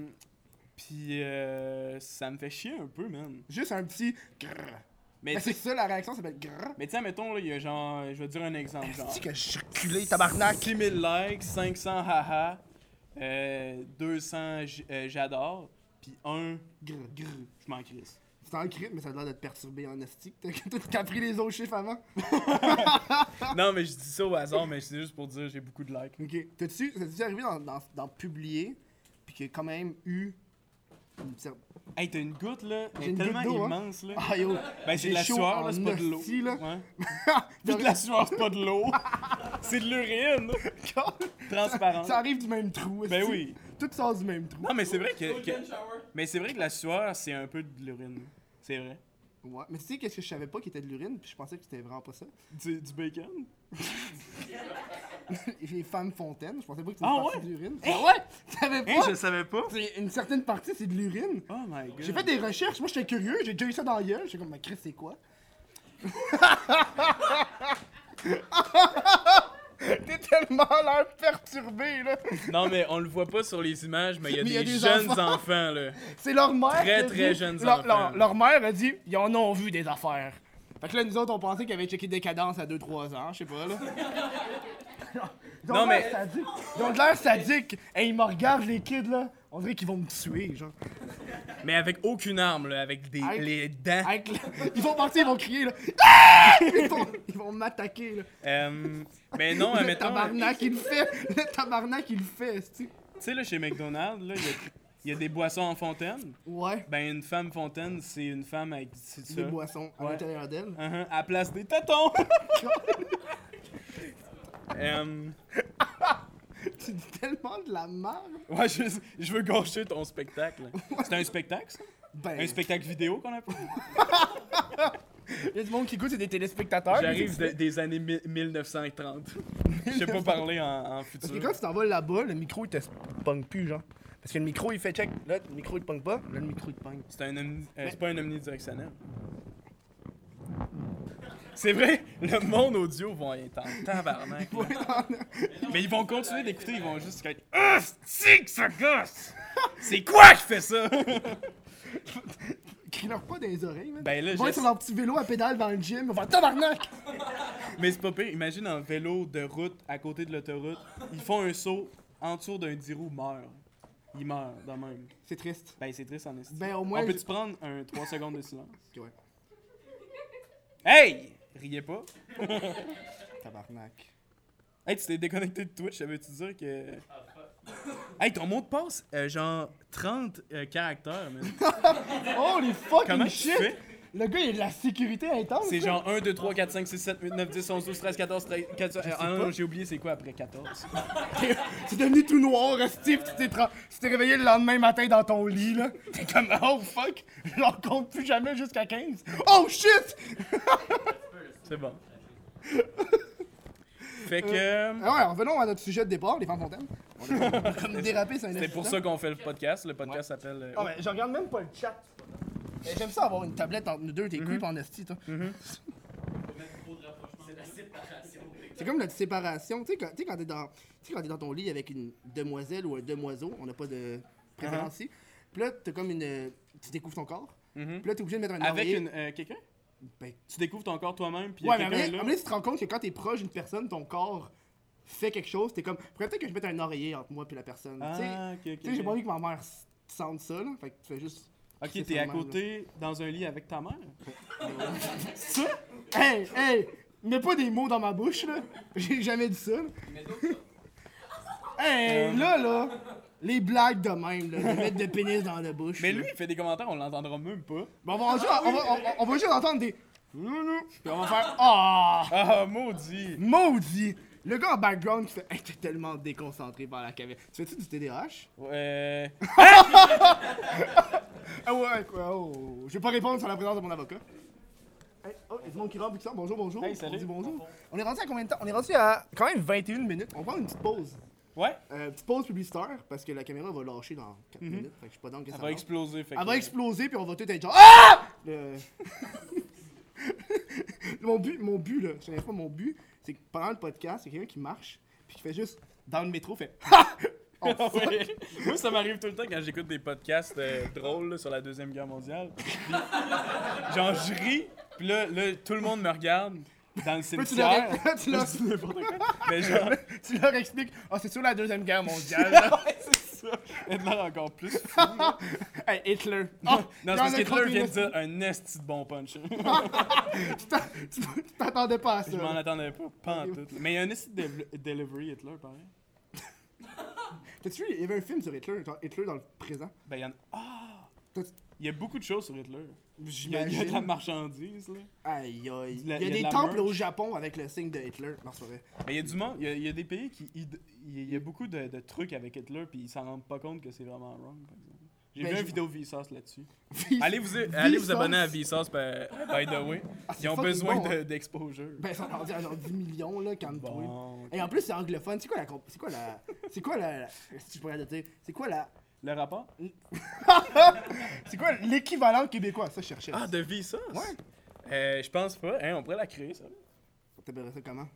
Puis euh, ça me fait chier un peu, man.
Juste un petit. grrr.
Mais
Ben,
tu
c'est ça la réaction, ça s'appelle grrr.
mais tiens, mettons, là, il y a genre, je vais te dire un exemple. Genre,
que je suis reculé, tabarnak.
6000 likes, 500 haha, euh, 200 j- euh, j'adore, puis un
Grrr, grrr.
je m'en crisse.
C'est en crit, mais ça a l'air d'être perturbé en esti. (laughs) T'as t'as pris les autres chiffres avant.
non, mais je dis ça au hasard, mais c'est juste pour dire j'ai beaucoup de likes.
Ok. T'as-tu t'as-tu déjà arrivé dans, dans, dans publier, puis qu'il y a quand même eu. une certaine- (laughs)
Hey, t'as une goutte là, elle
J'ai
est
une goutte
tellement
d'eau, hein.
immense là.
Ah yo!
Ben, c'est
j'ai
de la
chaud
sueur,
en
là, c'est pas de l'eau.
esti, là. (laughs)
Ouais. Puis de la sueur, c'est pas de l'eau. (laughs) c'est de
(laughs)
l'urine. Transparente.
Ça arrive du même trou.
Ben
esti.
oui.
Tout sort du même trou.
Non, mais c'est vrai que, que-
Golden shower.
mais c'est vrai que la sueur, c'est un peu de l'urine. C'est vrai.
Ouais. Mais tu sais, qu'est-ce que je savais pas qui était de l'urine, puis je pensais que c'était vraiment pas ça. (laughs)
Du, du bacon?
Les femmes fontaines, je pensais pas que c'était
Ah
une partie
ouais?
de l'urine. Ah ouais! Tu savais pas?
Hein, je savais pas.
C'est- Une certaine partie, c'est de l'urine.
Oh my god.
J'ai fait des recherches, moi j'étais curieux, j'ai déjà eu ça dans la gueule, j'étais comme, mais Chris, c'est quoi? (laughs) T'es tellement l'air perturbé, là!
Non, mais on le voit pas sur les images, mais il y a
Mais
des,
il y a des
jeunes
enfants.
enfants, là.
C'est leur mère!
Très,
qui a
très
dit-
jeunes
leur,
enfants.
leur- leur mère a dit, ils en ont vu des affaires. Fait que là, nous autres, on pensait qu'ils avaient checké des cadences à 2-3 ans, je sais pas, (laughs) là. Ils ont
Non,
de l'air
mais-
sadiques. Ils ont de l'air sadiques! Et ils me regardent, les kids, là. On dirait qu'ils vont me tuer, genre.
Mais avec aucune arme, là, avec des
Hey.
les dents.
Avec le- (laughs) Ils vont partir, ils vont crier, là. (laughs) Ah! Ils vont, ils vont m'attaquer, là.
Euh, mais non,
(laughs) le
admettons, euh,
tabarnak, il le fait. Le tabarnak, il le fait, tu
tu sais, là, chez McDonald's, là, il y, a- il y a des boissons en fontaine.
Ouais.
Ben, une femme fontaine, c'est une femme avec. C'est ça.
Des boissons à
Ouais.
l'intérieur d'elle. (laughs)
Uh-huh, à la place des tâtons! Euh,
Tu dis tellement de la merde.
ouais, je, je veux gâcher ton spectacle. C'est un spectacle, ça?
Ben,
Un spectacle vidéo qu'on a
Ah, il y a du monde qui goûte, c'est des téléspectateurs.
J'arrive de- des années mi-
(laughs)
1930. Je sais pas parler en, en
Parce que
futur.
quand tu t'en vas là-bas, le micro, il te punk plus, genre. Parce que le micro, il fait check. Là, le micro, il te punk pas. Là, le micro, il te punk.
C'est un omni- euh, c'est pas un omnidirectionnel. C'est vrai, le monde audio va être en tabarnak. là. Mais ils vont continuer d'écouter, ils vont juste être Ah, c'est que ça gosse! C'est quoi qui fait ça? (laughs)
Crie-leur pas dans les oreilles, man.
Ben là,
ils vont
je-
être sur leur petit vélo à pédale dans le gym. Ils vont faire tabarnak.
Mais c'est pas pire, imagine en vélo de route à côté de l'autoroute, ils font un saut, en dessous d'un 10 roues meurt. Ils meurent de même.
C'est triste.
Ben c'est triste en estime.
Ben, au moins.
On peut-tu prendre un 3 secondes de silence?
je- Ouais,
Hey! Riez pas.
tabarnak.
Hey, tu t'es déconnecté de Twitch, ça veut-tu dire (laughs) que. Hey, ton mot de passe,
(laughs)
euh, genre 30 euh, caractères, man.
Holy fucking
Comment tu
shit!
fais?
Le gars, il a de la sécurité intense.
C'est
ça.
genre 1, 2, 3, 4, 5, 6, 7, 8, 9, 10, 11, 12, 13, 14, 13, 14. Ah non, non, j'ai oublié c'est quoi après 14.
C'est devenu tout noir, Steve, tu t'es tra- tu t'es réveillé le lendemain matin dans ton lit, là. T'es comme, oh fuck, je n'en compte plus jamais jusqu'à 15. Oh shit!
(laughs) C'est bon. (laughs) Fait que. euh,
Ah ouais, revenons à notre sujet de départ, les femmes fontaines. On a comme dérapé, c'est un
C'est pour ça qu'on fait le podcast. Le podcast s'appelle. euh,
Ah ouais, je regarde même pas le chat. Mais J'aime ça avoir une tablette entre nous deux, tes
Mhm.
couilles pis en esti, toi. C'est comme notre séparation. Tu sais, quand tu sais, quand t'es dans, tu sais, quand t'es dans ton lit avec une demoiselle ou un demoiseau, on n'a pas de préférence ici. Puis là, t'as comme une. euh, Tu découvres ton corps.
Uh-huh. Mhm.
Puis là, t'es obligé de mettre un
Avec
oreiller.
une. euh, quelqu'un
Ben,
Tu découvres ton corps toi-même, puis il y
ouais,
a
mais à un
quelqu'un
moment
là.
donné, tu te rends compte que quand t'es proche d'une personne, ton corps fait quelque chose. T'es comme. Faudrait peut-être que je mette un oreiller entre moi puis la personne. Tu sais,
Ah, ok,
tu sais, j'ai pas
ok.
envie que ma mère s- sente ça, là. Fait que tu fais juste.
Ok, t'es à côté dans un lit avec ta mère.
Ça? Hey, hey! Mets pas des mots dans ma bouche, là. J'ai jamais dit ça. là. Hey, là, là! Les blagues de même, là. De mettre de pénis dans la bouche.
Mais
là.
lui, il fait des commentaires, on l'entendra même pas.
Bon, on, va juste, on, va, on- on va juste entendre des.
Puis on va faire.
Ah!
Ah, maudit
Maudit! Le gars en background qui fait Hey, t'es tellement déconcentré par la caméra. Tu fais-tu du TDAH?
Euh.
Ah ouais, quoi, oh. Je vais pas répondre sur la présence de mon avocat. Hey, oh, il y a du monde qui rentre puis qui sort. Bonjour, bonjour.
Hey, salut.
On dit bonjour. On est rendu à combien de temps? On est rendu à quand même 21 minutes. On va prendre une petite pause.
Ouais,
Euh, petite pause publicitaire parce que la caméra va lâcher dans 4 minutes. Fait que je suis pas dans que ça
Mhm. elle va
lâche.
exploser. Fait
Elle
que-
va
(laughs)
exploser puis on va tout être genre Ah! Le- (laughs) mon but, mon but là, je savais pas mon but, c'est que pendant le podcast, c'est quelqu'un qui marche puis qui fait juste dans le métro fait Ah! Oh,
Ah
fuck.
ouais. Moi, ça m'arrive tout le temps quand j'écoute des podcasts euh, drôles là, sur la Deuxième Guerre mondiale. Puis, genre, je ris, puis là, là, tout le monde me regarde dans
Là, (laughs)
le
tu
cimetière. (laughs)
leur, tu leur-
Je dis n'importe quoi. Mais genre,
tu leur expliques, oh, c'est sur la Deuxième Guerre mondiale. là.
c'est ça. Hitler encore plus.
hey, Hitler.
non, c'est
y'en
parce
a
qu'Hitler vient de
30
dire un esti de
(laughs)
bon punch.
Ah, Tu t'en- tu t'attendais pas à ça.
je m'en
là.
attendais pas, pas en tout. Mais il y a un esti de dev- delivery Hitler, pareil.
T'as-tu vu, il y avait un film sur Hitler, genre Hitler dans le présent.
Ben, il y en a... Ah!
T'as-
Il y a beaucoup de choses sur Hitler. Il y a, il y a de la
J'imagine.
marchandise, là.
Aïe aïe. Il y
La-
a,
il y a de
des
la
temples
merch.
au Japon avec le signe de Hitler. Non, c'est pas vrai.
Mais il y a du monde, il y a- il y, a des pays qui. id- Il y a- il y a beaucoup de, de trucs avec Hitler, puis ils s'en rendent pas compte que c'est vraiment wrong, par exemple. J'ai
Ben,
vu
je-
une vidéo Vsauce là-dessus.
Puis-
(laughs) Allez vous, allez
allez
vous
vous
abonner à
abonner
Vsauce, ben,
(laughs)
by the way.
Ah, c'est
Ils ont
fucking
besoin
bon, hein.
de- d'exposure.
Ben, ils sont rendus à genre 10 millions, là, quand toi.
Bon.
Et en plus, c'est anglophone. C'est quoi la. comp- C'est quoi la. C'est quoi la. Si je pourrais le dire. C'est quoi la.
Le rapport
C'est quoi l'équivalent québécois Ça, je cherchais.
Ah, de Vsauce
Ouais.
Euh, Je pense pas. Hein, on pourrait la créer, ça.
(laughs) T'appellerais ça comment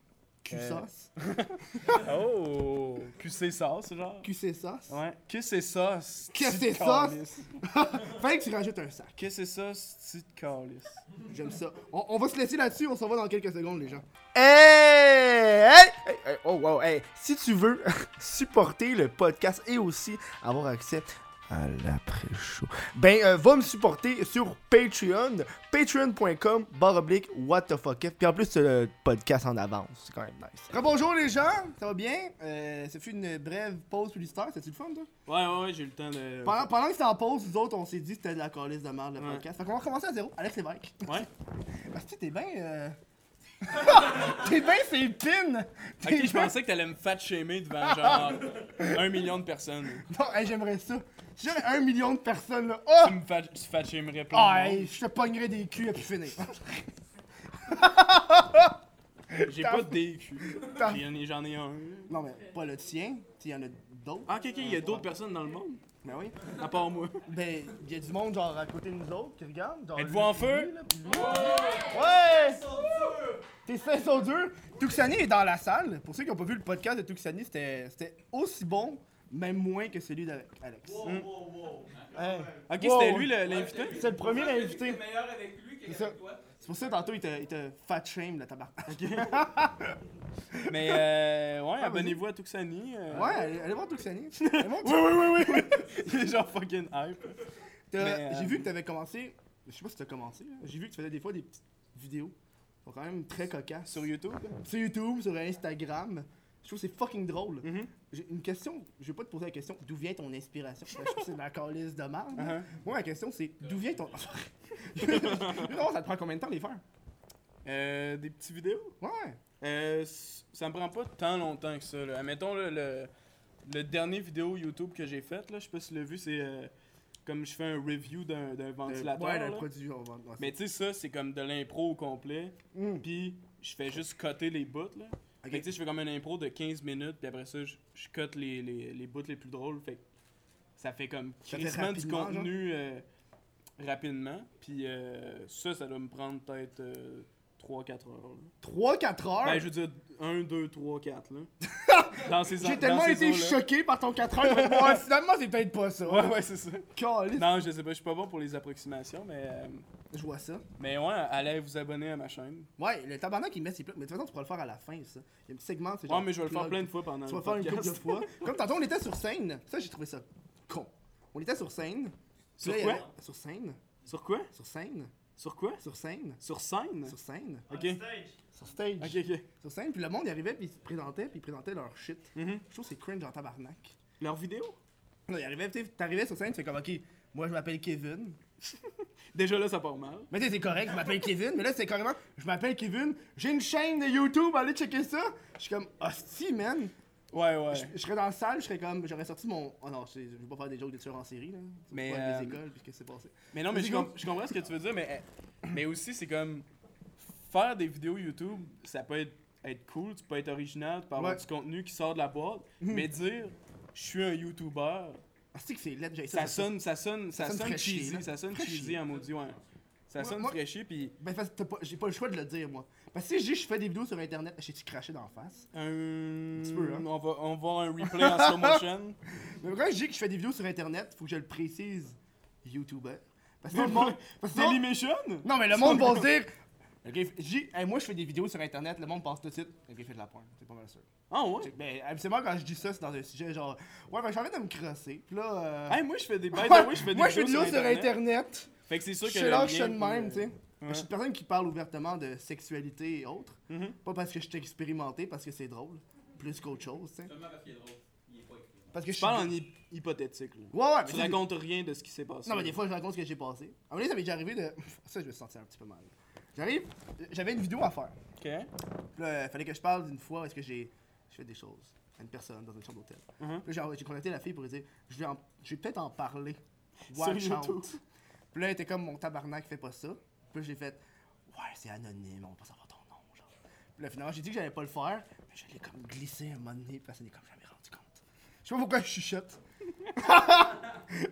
Euh.
Q-sauce
Oh QC Sauce, genre.
QC-sauce
Ouais. Que c'est sauce
Que
petite
c'est sauce?
calice.
Fallait que tu rajoutes un sac.
Que c'est sauce petite calice.
J'aime ça. On, on va se laisser là-dessus, on se revoit dans quelques secondes, les gens. Hey! Hey! Hey! Hey! Oh, wow! Hey! Si tu veux (laughs) supporter le podcast et aussi avoir accès à l'après-show, ben, euh, va me supporter sur Patreon. Patreon.com, barre oblique, what the fuck if. Puis en plus, c'est le podcast en avance. C'est quand même nice. Bonjour les gens, ça va bien? Euh, ça fut une brève pause publicitaire. C'était-tu le fun, toi?
Ouais, ouais, ouais, j'ai eu le temps de.
Pendant, pendant que c'était en pause, nous autres, on s'est dit que c'était de la calice de merde, le
Ouais.
podcast. Fait qu'on va recommencer à zéro. Alex Lévesque.
Ouais.
Parce que t'es bien. Euh... (laughs) t'es bien, c'est pin! T'es
Ok, je
ben-
pensais que t'allais me fat shamer devant genre un million de personnes.
Non, hey, j'aimerais ça. Si j'avais un million de personnes, là.
Tu
Oh!
me fat, tu fat shamerais plein
Ah,
de
hey,
monde.
je te pognerais des culs à plus finir.
J'ai pas de DQ.
T'as-
J'en ai, j'en ai un.
non, mais pas le tien. Il y en a d'autres.
Ah, ok, ok, il y a d'autres personnes dans le monde,
Ben oui.
à part moi.
Ben, il y a du monde, genre, à côté de nous autres qui regarde. genre,
Êtes-vous en
lui,
feu?
lui, là, puis lui. Ouais! Tes seins sont durs! Tuxani est dans la salle. Pour ceux qui n'ont pas vu le podcast de Tuxani, c'était c'était aussi bon, même moins que celui d'Alex. Hey.
Ok,
Wow.
c'était lui le- l'invité?
C'est le premier à inviter.
C'est meilleur avec lui qu'avec
ça.
toi.
C'est pour ça tantôt il te, il te fat shame le tabac.
Mais euh, ouais,
Ah, vas-y.
abonnez-vous à Tuxani. euh,
(laughs) Ouais, allez, allez voir Tuxani.
(laughs)
Allez voir
Oui, oui, oui, (laughs) oui. Il est genre fucking hype.
T'as-
Mais, euh,
J'ai vu que t'avais commencé. Je sais pas si t'as commencé. là. J'ai vu que tu faisais des fois des petites vidéos. Ils sont quand même très cocasses.
Sur YouTube?
Sur YouTube, sur Instagram. Je trouve que c'est fucking drôle.
Mhm.
J'ai une question, je vais pas te poser la question d'où vient ton inspiration. Parce que je trouve que c'est de la calice de merde.
Uh-huh.
Moi, ma question, c'est d'où vient ton. (laughs) non, ça te prend combien de temps de les faire
Euh, des petites vidéos?
Ouais.
Euh, s- ça me prend pas tant longtemps que ça. Là. Admettons, là, le, le dernier vidéo YouTube que j'ai faite, là, je sais pas si tu l'as vu, c'est euh, comme je fais un review d'un Euh, d'un ventilateur.
Ouais,
là.
le produit, on va. on va-
Mais tu sais, ça, c'est comme de l'impro au complet.
Mm.
Puis je fais juste coter les bouts. Là.
Ok.
Fait que, tu sais, je fais comme une impro de 15 minutes, puis après ça, je, je cote les, les, les bouts les plus drôles. Fait que ça fait comme
Ça fait
crissement du
rapidement,
contenu euh, rapidement. Puis euh, ça, ça doit me prendre peut-être 3-4 heures. là.
3-4 heures.
Ben, je veux dire 1, 2, 3, 4.
(laughs)
Là. Dans ces
J'ai
dans
tellement
ces
été
eaux-là.
choqué par ton 4 heures. que moi, finalement, c'est peut-être pas ça.
Ouais, ouais, c'est ça.
Calice.
Non, je sais pas, je suis pas bon pour les approximations, mais, euh,
Je vois ça.
mais ouais, allez vous abonner à ma chaîne.
Ouais, le tabarnak, il met ses plats. Mais de toute façon, tu pourras le faire à la fin, ça. Il y a un petit segment, c'est
Ouais, mais je vais le faire
plug.
plein de fois pendant
Tu
le
vas faire une couple
podcast.
de fois. Comme tantôt, on était sur scène. Ça, j'ai trouvé ça con. On était sur scène. Puis
Sur
là, il y
quoi?
avait- Sur scène.
(laughs) Sur quoi?
Sur scène.
Sur quoi?
Sur scène.
Sur scène?
Sur scène.
Ok.
Sur stage.
Ok, ok.
Sur scène. Puis le monde, il arrivait, puis il se présentait, puis il présentait leur shit.
Mhm.
Je trouve que c'est cringe en tabarnak.
Leur vidéo?
Non, il arrivait, tu sais, t'arrivais sur scène, tu fais comme, OK, moi, je m'appelle Kevin.
Déjà là, ça part mal.
Mais tu sais, c'est correct, je
(laughs)
m'appelle Kevin, mais là, c'est carrément, je m'appelle Kevin, j'ai une chaîne de YouTube, allez checker ça. Je suis comme, hostie, man.
Ouais, ouais.
Je je serais dans la salle, je serais comme, j'aurais sorti mon. Oh non, je sais- je vais pas faire des jokes de tueurs en série, là. C'est
Mais,
pas avec
euh,
les écoles, puis qu'est-ce qui s'est passé.
Mais non, mais je,
Vas-y,
com- je comprends ce que tu veux dire, mais, eh, mais aussi, c'est comme. Faire des vidéos YouTube, ça peut être, être cool, tu peux être original, tu peux avoir
Ouais. Mhm.
du contenu qui sort de la boîte, mais dire je suis un YouTuber,
Ah, c'est que c'est laid, j'ai
ça, sonne, ça sonne, ça,
ça sonne
sonne
fraîchier,
cheesy,
là.
ça sonne
Fraîchier.
cheesy en maudit, ouais. Ça
Moi-
sonne
moi-
fraîchier, puis
Ben, parce que t'as pas- j'ai pas le choix de le dire, moi. Parce que si je dis je fais des vidéos sur Internet, j'ai-tu craché d'en face?
un.
petit peu, hein.
On va, on va avoir un replay en slow
(laughs)
motion.
Mais quand je dis que je fais des vidéos sur Internet, faut que je le précise, YouTuber. Parce que tout le (laughs) monde. Parce que
Daily
sinon-
Mission?
non, mais le monde va se dire. Ok, f- j'ai- hey, moi je fais des vidéos sur internet, le monde pense tout de suite. Ok, fait de la pointe, c'est pas mal sûr.
Ah ouais?
Ben, habituellement quand je dis ça, c'est dans un sujet genre. Ouais, ben je suis en train de me crosser. Puis là. euh,
Hey, moi je fais des by the way, je fais des
moi je fais des
vidéos
vidéos sur internet.
Fait que c'est sûr
Je
que
suis
le
là, je suis
lien
de
pour,
même,
euh,
tu sais. Je suis
ouais.
une personne qui parle ouvertement de sexualité et autres.
Mhm.
Pas parce que je suis expérimenté, parce que c'est drôle. Plus qu'autre chose, tu sais.
Seulement parce qu'il est drôle. Il est pas écrit.
Parce que je
Je
suis.
parle en hy- hypothétique. Là.
Ouais, ouais, mais
Tu
c'est-
racontes rien de ce qui s'est passé.
Non, mais des fois, je raconte ce que j'ai passé. À un moment donné, ça m'est déjà arrivé de. (laughs) Ça, je me sentais un petit peu mal. J'arrive, j'avais une vidéo à faire.
Ok.
Puis là, il fallait que je parle d'une fois où est-ce que j'ai je fais des choses à une personne dans une chambre d'hôtel.
Mhm.
Puis là, j'ai- j'ai contacté la fille pour lui dire je vais, en- je vais peut-être en
(laughs)
parler.
Sur
Watch out.
YouTube.
Puis là, elle était comme mon tabarnak, fais pas ça. Puis là, j'ai fait ouais, c'est anonyme, on va pas savoir ton nom. Genre. Puis là, finalement, j'ai dit que j'allais pas le faire, mais je l'ai comme glissé un moment donné, puis personne n'est comme jamais rendu compte. Je sais pas pourquoi je
(laughs)
chuchote.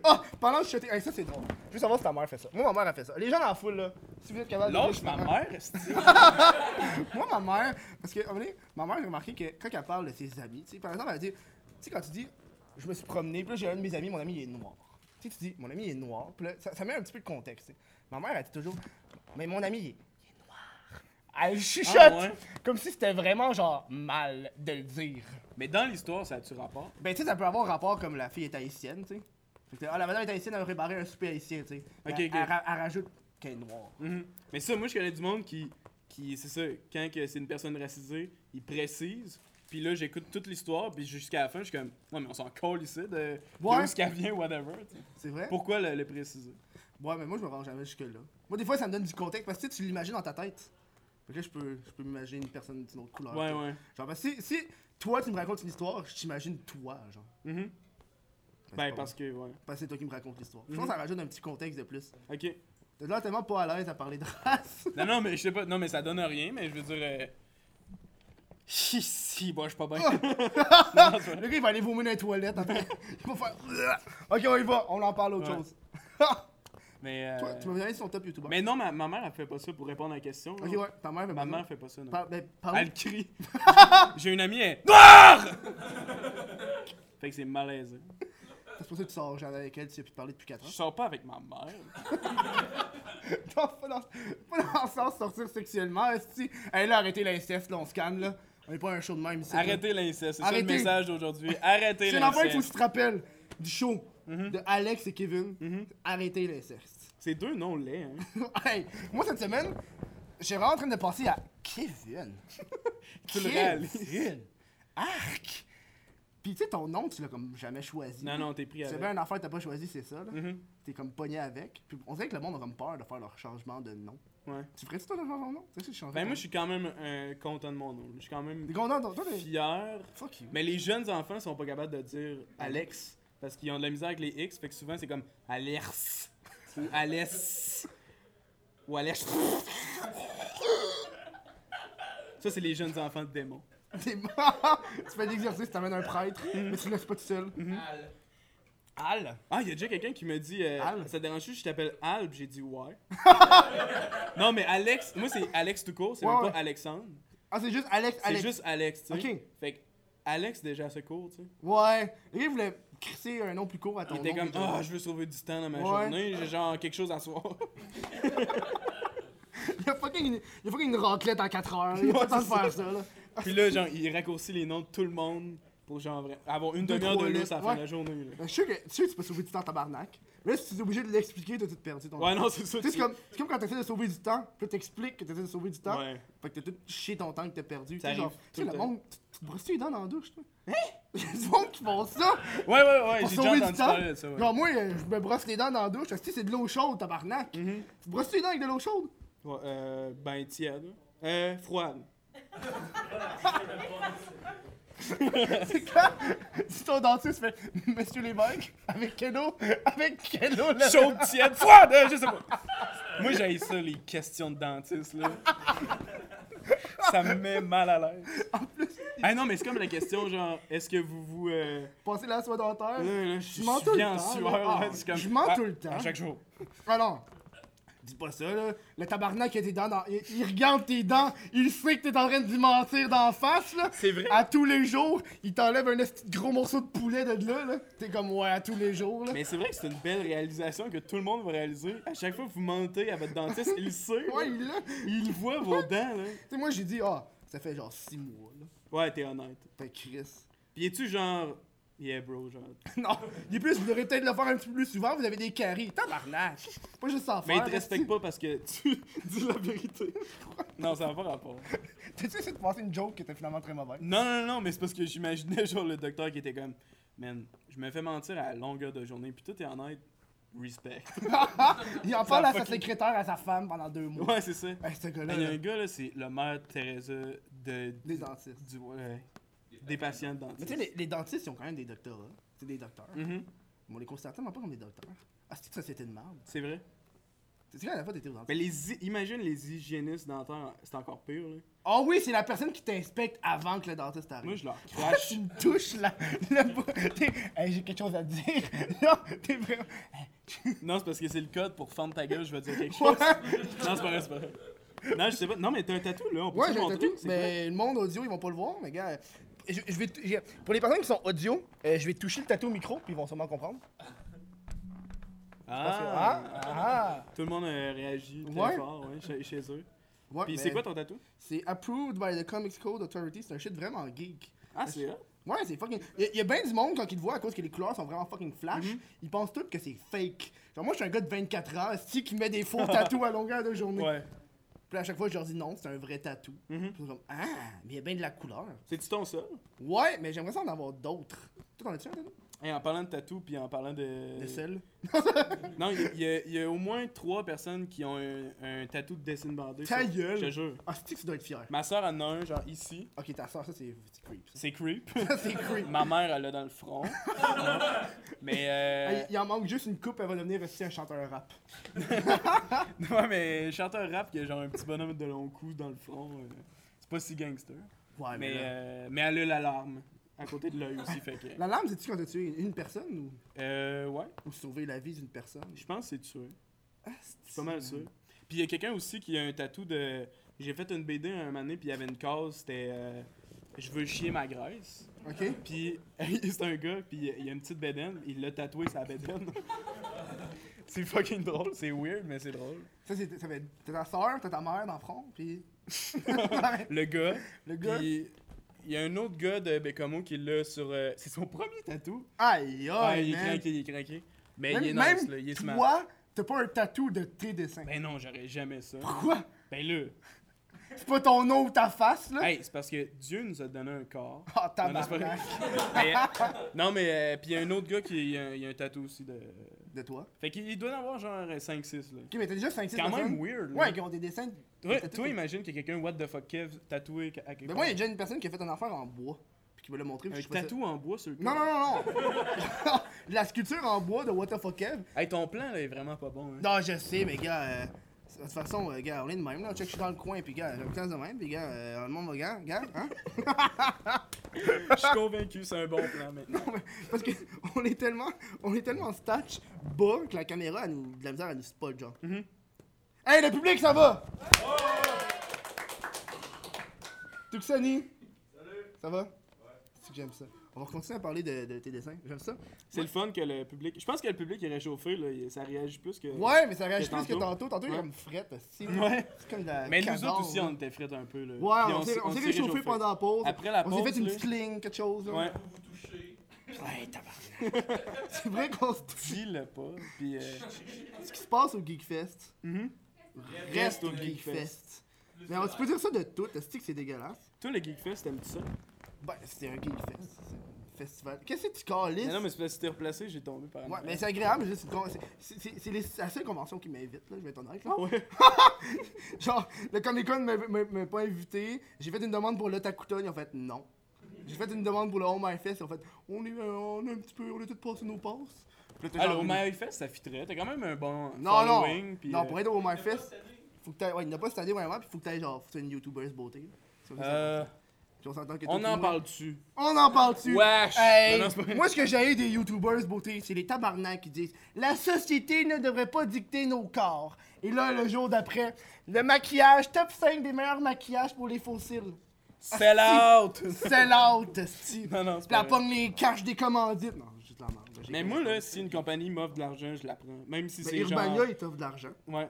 Ah, pendant que je chuchotais, hey, ça c'est drôle. Je veux savoir si ta mère fait ça. Moi, ma mère, elle fait ça. Les gens dans la foule, là, si vous êtes capable de.
Lâche ma mère, esti.
Moi, ma mère, parce que, à un moment donné, ma mère, j'ai remarqué que quand elle parle de ses amis, tu sais, par exemple, elle dit, tu sais, quand tu dis, je me suis promené, puis là, j'ai un de mes amis, mon ami, il est noir. Tu sais, tu dis, mon ami, il est noir, puis là, ça, ça met un petit peu de contexte. tu sais. Ma mère, elle dit toujours, mais mon ami, il est, il est noir. Elle chuchote,
Ah ouais?
comme si c'était vraiment, genre, mal de le dire.
Mais dans l'histoire, ça a-tu rapport?
Ben, tu sais, ça peut avoir rapport comme la fille est haïtienne, tu sais. Fait que, ah, la madame est haïtienne, elle a réparé un souper haïtien, tu sais. Mais
Ok,
elle,
ok.
elle ra- elle rajoute qu'elle est noire.
Mhm. Mais ça, moi, je connais du monde qui, qui c'est ça, quand que c'est une personne racisée, ils précisent. Puis là, j'écoute toute l'histoire, puis jusqu'à la fin, je suis comme, non, mais on s'en colle ici de
Ouais.
de où ce qu'elle vient, whatever. tu sais.
C'est vrai?
Pourquoi le, le préciser?
Ouais, mais moi, je me rends jamais jusque-là. Moi, des fois, ça me donne du contexte parce que tu sais, tu l'imagines dans ta tête. Fait que là, je peux, je peux m'imaginer une personne d'une autre couleur.
Ouais,
que-
ouais.
Genre, parce que si, si toi, tu me racontes une histoire, je t'imagine toi, genre.
Mhm.
c'est
Ben,
pas
parce Mm-hmm. que, ouais.
vrai. Parce que c'est toi qui me racontes l'histoire. Je pense que ça rajoute un petit contexte de plus.
Ok.
T'es là tellement pas à l'aise à parler de race.
(laughs) Non, non, mais je sais pas. Non, mais ça donne rien, mais je veux dire. euh, (laughs) Si, si, bon, je suis pas bien.
Ah! Le gars, il va aller vomir dans les toilettes après. Il va faire. Ok, on y va, on en parle autre
Ouais.
chose. (laughs)
Mais. euh,
Toi, tu m'as donné son top YouTuber.
Mais non, ma, ma mère, elle fait pas ça pour répondre à la question.
Ok,
non.
ouais, ta mère, mais
Ma mère fait pas ça, non.
Par, ben,
Elle
parle. (laughs)
crie. J'ai- J'ai une amie, elle. NOIR (laughs) Fait que c'est malaisant.
C'est pour ça que tu sors jamais avec elle, tu as pu parler depuis 4 ans.
Je sors pas avec ma mère.
Non, pas dans, pas dans le sens de sortir sexuellement, esti. Hey, là, arrêtez l'inceste, là, on se calme, là. On est pas un show de même ici. là.
Arrêtez l'inceste, c'est ça le
Arrêtez.
message d'aujourd'hui. Arrêtez
C'est l'enfant qu'il faut que
l'inceste.
tu te rappelles du show
Mhm.
de Alex et Kevin. Arrêtez l'inceste.
C'est deux noms laids, hein.
(laughs) hey, moi, cette semaine,
(laughs)
j'ai vraiment en train de passer à Kevin.
Tu le réalises.
Kevin. Arc! Puis tu sais, ton nom, tu l'as comme jamais choisi.
Non, non, t'es pris
C'est
avec.
bien une affaire que t'as pas choisi, c'est ça. Là.
Mhm.
T'es comme pogné avec. Puis on dirait que le monde a comme peur de faire leur changement de nom.
Ouais.
Tu ferais-tu toi de changer ton nom? Tu sais, si je changerais
Ben
ton
moi,
nom?
je suis quand même euh, content de mon nom. Je suis quand même
T'es content, toi, toi, t'es-
fier.
Fuck you.
Mais les jeunes enfants sont pas capables de dire Alex parce qu'ils ont de la misère avec les X, fait que souvent c'est comme Alex ou Alex ou Alex. Ça, c'est les jeunes enfants de démons.
(laughs) T'es mort! tu fais l'exercice, t'amènes un prêtre,
Mhm.
mais tu le laisses pas tout seul.
Al.
Al? Ah, il y a déjà quelqu'un qui me dit euh,
Al?
Ça te dérange-tu si je t'appelle Al? Puis J'ai dit ouais.
(laughs)
non, mais Alex, moi c'est Alex tout court, c'est
Ouais,
même
ouais.
pas Alexandre.
Ah, c'est juste Alex,
C'est
Alex.
juste Alex, tu sais.
Ok.
Fait que Alex déjà à ce cours, tu sais.
Ouais. Le gars voulait crisser un nom plus court à ton
Il était
nom,
comme
mais
Ah,
t'as-
je veux sauver du temps dans ma
Ouais.
journée, j'ai genre quelque chose à soir.
Il y a fucking une, il y a fucking une raclette en 4 heures. Il a
Ouais,
pas le temps de
c'est
faire ça, là. Euh,
Puis là, genre, il raccourcit les noms de tout le monde pour genre vra- avoir une
Deux,
demi-heure de
trois
lousse à la fin de
lettres,
la journée. là.
Je suis sûr que tu sais que tu peux sauver du temps, tabarnak. Mais là, si tu es obligé de l'expliquer, t'as tout perdu ton
Ouais,
temps.
non, c'est ça.
Tu sais, c'est comme, c'est comme quand t'essaies de sauver du temps, puis là, t'expliques que t'essaies de sauver du temps,
Ouais.
fait que t'as tout chié ton temps que t'as perdu. Tu
Ça
sais, genre,
arrive
tu
tout
sais,
le
le
temps.
monde, tu- tu te brosses les dents dans la douche, toi. Hein? (laughs) Il y a du monde qui font ça!
Ouais, ouais, ouais,
pour
j'ai déjà
sauver du
entendu
temps.
parler de ça. Ouais.
Genre, moi, euh, je me brosse les dents dans la douche. Si c'est de l'eau chaude, tabarnak.
Mm-hmm.
Tu brosses les dents avec de l'eau chaude? (laughs)
Ouais, euh, ben, tiède. Euh, froide.
C'est quand si ton dentiste fait (laughs) Monsieur Lévesque, avec quelle eau? (laughs) Avec quelle eau là?
Chaude, tiède, froide, euh, je sais pas. Moi, j'ai ça, les questions de dentiste, là. Ça me met mal à l'aise.
En plus,
Ah non, mais c'est comme la question, genre, est-ce que vous vous. euh,
passer la soie dentaire.
Là, là, je suis
Euh, mens tout le
bien en
temps,
sueur,
là. Ah,
là, c'est comme-
je mens
Ah,
tout le temps.
à Chaque jour.
Ah non! Dis pas ça, là. Le tabarnak, il a tes dents dans... il, il regarde tes dents, il sait que t'es en train de lui mentir d'en face, là.
C'est vrai.
À tous les jours, il t'enlève un esti de gros morceau de poulet de là, là. T'es comme, ouais, à tous les jours, là.
Mais c'est vrai que c'est une belle réalisation que tout le monde va réaliser. À chaque fois que vous mentez à votre dentiste, il le sait. là.
Ouais, il l'a. (laughs) Tu
Il voit vos dents, là.
sais, moi, j'ai dit, ah, ça fait genre 6 mois, là.
Ouais, t'es honnête.
T'es Chris.
Puis es-tu genre. Yeah, bro, genre.
non, il est plus, vous devriez peut-être le faire un petit peu plus souvent, vous avez des caries. Tabarnak. Faut Pas juste s'en
Mais
faire.
il te respecte pas parce que tu (laughs) dis la vérité. Non, ça n'a pas rapport.
esti. T'as-tu essayé de passer une joke qui était finalement très mauvaise?
Non, non, non, mais c'est parce que j'imaginais, genre, le docteur qui était comme. Man, je me fais mentir à la longueur de journée, puis tout est honnête. Respect.
Il en parle à sa
fucking-
secrétaire, à sa femme pendant deux mois.
(laughs) Ouais, c'est ça.
Hey, ce gars-là,
Il y a un
là,
gars, là, c'est le maire de Teresa de.
des dentistes.
du, ouais, des patients de
Mais tu sais,
dentistes.
les, les dentistes, ils ont quand même des doctorats. C'est des docteurs.
Mhm,
Mais on les considère tellement pas comme des docteurs. Ah, c'est une société de merde.
C'est vrai.
Tu sais, quand la dernière fois, t'étais au
Mais
dentiste.
les, hy- imagine les hygiénistes dentaires, c'est encore pire. Là.
Ah oui, c'est la personne qui t'inspecte avant que le dentiste arrive.
Moi, je leur
(laughs)
crache.
tu me touches là. là (laughs) t'es- hey, j'ai quelque chose à te dire. (laughs) Là, t'es vraiment.
(laughs) non, c'est parce que c'est le code pour ferme ta gueule, je vais dire quelque chose.
Ouais,
non, c'est pas vrai, c'est pas vrai. Non, je sais pas. Non, mais t'as un tatou, là. On peut
ouais
te
j'ai un
montrer,
tatou.
c'est quoi?
Mais le monde audio, ils vont pas le voir, mais gars. Je, je vais, t- j'ai- pour les personnes qui sont audio, euh, je vais toucher le tatou au micro, puis ils vont sûrement comprendre. Parce que-
Ah,
ah, ah.
Tout le monde a réagi très
Ouais.
fort, ouais, chez, chez eux.
Ouais,
Puis
mais
c'est quoi ton tatou?
C'est approved by the Comics Code Authority, c'est un shit vraiment geek.
Ah, c'est vrai?
Ouais, c'est fucking. Il y a bien du monde quand ils te voient à cause que les couleurs sont vraiment fucking flash.
Mm-hmm.
Ils pensent tous que c'est fake. Genre, moi, je suis un gars de 24 ans, esti, qui met des
(laughs)
faux tatous à longueur de journée.
Ouais.
Puis à chaque fois, je leur dis non, c'est un vrai tatou. Puis
Mhm.
ils sont comme, ah, mais il y a bien de la couleur.
C'est-tu ton seul?
Ouais, mais j'aimerais ça en avoir d'autres. Toi, t'en as-tu un, tatou?
Hey, en parlant de tatou, puis en parlant de.
Le seul.
Non, il y a- il y, a- il y a au moins trois personnes qui ont un, un tatou de dessin bandé.
Ta
sur-
gueule!
Je te jure.
Ah, c'est que tu dois être fier.
Ma soeur en a un, genre ici.
Ok, ta soeur, ça, c'est c'est creep. ça.
C'est creep.
Ça, c'est creep.
(laughs) Ma mère, elle l'a dans le front. mais. Euh...
Ah, Il il en manque juste une coupe, elle va devenir aussi un chanteur rap.
(laughs) Ouais, mais chanteur rap qui a genre un petit bonhomme de long cou dans le front, euh, c'est pas si gangster.
Ouais,
mais,
Ah, là,
euh, mais elle a l'alarme à côté de l'œil aussi, fait que.
La lame, c'est-tu quand t'as tué une personne ou,
Euh, ouais,
ou sauvé la vie d'une personne?
je pense que c'est tué.
Ah,
Je suis pas mal sûr. Puis il y a quelqu'un aussi qui a un tatou de. J'ai fait une BD un moment donné, puis il y avait une case, c'était. euh, Je veux chier ma graisse.
Ok.
Puis (laughs) c'est un gars, puis il y a une petite bédaine, il l'a tatoué sa bédaine. (laughs) c'est fucking drôle, c'est weird, mais c'est drôle.
Ça, c'est. ça fait- T'as ta soeur, t'as ta mère dans le front,
(laughs)
puis.
Le gars,
Le gars.
Puis, il y a un autre gars de Bécamo qui l'a sur. euh, c'est son (laughs) premier tatou.
Aïe,
Ouais,
aïe,
il est
Oh, man.
craqué, il est craqué. Mais
Même-
il est
même
nice, là, il est smart.
Toi, t'as pas un tatou de tes dessins.
Ben non, j'aurais jamais ça.
(laughs) Pourquoi?
Ben là,
C'est pas ton nom ou ta face, là.
Hey, c'est parce que Dieu nous a donné un corps. (laughs)
Ah,
Non, non,
tabarnak.
c'est pas vrai. Mais, euh, non, mais euh, puis il y a un autre gars qui il y a, un- il y a un tatou aussi de.
De toi. Ok,
Fait qu'il il doit en avoir genre 5-6 là.
mais t'as déjà 5-6
Quand même
personnes?
weird. là.
Ouais, qui ont des dessins.
Toi,
tatoués.
toi, imagine qu'il y a quelqu'un What the fuck Kev tatoué à quelque
Mais Ben moi, il y a déjà une personne qui a fait un affaire en bois. Puis qui me l'a montré. puis
Un
je trouvais ça-
tatou en bois sur le
Non,
corps.
non, non, non. (laughs) De la sculpture en bois de What the fuck Kev.
Hey, ton plan là est vraiment pas bon. Hein.
Non, je sais, mais gars. euh, De toute façon, euh, gars, on est de même, là. Check, je suis dans le coin, puis gars, j'ai une classe de même, puis gars, euh, le monde, gars, gars, hein.
Je suis convaincu, c'est un bon plan maintenant.
(laughs) Parce que on est tellement, on est tellement statch bas que la caméra, elle nous, de la misère, elle nous spot, genre.
Mhm.
Hey, le public, ça va? Tuxani? Ça va? C'est que j'aime ça. On va continuer à parler de, de tes dessins. J'aime ça.
C'est le fun que le public. Je pense que le public est réchauffé là, il- ça réagit plus que.
Ouais, mais ça réagit
Que
plus que tantôt.
tantôt.
Tantôt, il est
Ouais.
comme frette. aussi.
Ouais.
C'est comme de la
Mais nous
cadavre,
autres aussi,
là.
on était frites un peu là. Puis
Ouais, on, s'est- on s'est réchauffé
réchauffés.
pendant la pause.
Après la
on
pause,
s'est fait une
là.
petite ligne, quelque chose. Là.
Ouais.
vous touchez.
Ouais, tabarnak. (laughs) C'est vrai qu'on se dit
Dis-le pas. Puis. euh,
ce qui se passe au Geekfest.
mhm.
Reste au Geekfest. Mais on- tu peux dire ça de tout, est-ce que c'est dégueulasse?
Toi, le Geekfest, t'aimes-tu ça?
Ben, c'est un Geekfest, c'est un festival. Qu'est-ce que tu calisses?
Mais non, mais c'est parce que t'es replacé, j'ai tombé par un.
Ouais, mais c'est agréable, juste une con- c'est- c'est- c'est c'est les- c'est la seule convention qui m'invite, là, je vais être honnête. Là.
Ah ouais.
(laughs) Genre, le Comic Con m'a pas invité, j'ai fait une demande pour l'Otakuton, ils ont fait non. J'ai fait une demande pour le Home Eye Fest, ils ont fait on est, euh, on est un petit peu, on est tous passés nos passes. Puis là, t'es genre-
Alors, au My Fest, ça fitterait. T'as quand même un bon.
Non, non,
following, puis,
non,
euh,
pour être au Home Eye Fest, faut que t'ailles, ouais, il n'a pas cette année vraiment, puis faut que t'ailles genre, faut que t'aies une YouTubeuse beauté. là. C'est vrai que ça-
euh,
puis on s'entend que
on
toi,
en
moi-
parle dessus.
On en parle dessus.
Wesh!
Hey,
Non, non, c'est pas vrai.
moi, ce que j'ai des YouTubers beauté, c'est les tabarnaks qui disent La société ne devrait pas dicter nos corps. Et là, le jour d'après, le maquillage, top 5 des meilleurs maquillages pour les fossiles.
Sell
(laughs)
out!
C'est l'autre, Steve.
Non, non, c'est
La
pas vrai.
pogne les caches des commandites. Non, c'est juste la merde. j'ai
Mais
compris.
moi, là, si une compagnie m'offre de l'argent, je la prends. Même si
Ben,
c'est genre.
Urbania, ils t'offrent de l'argent.
Ouais.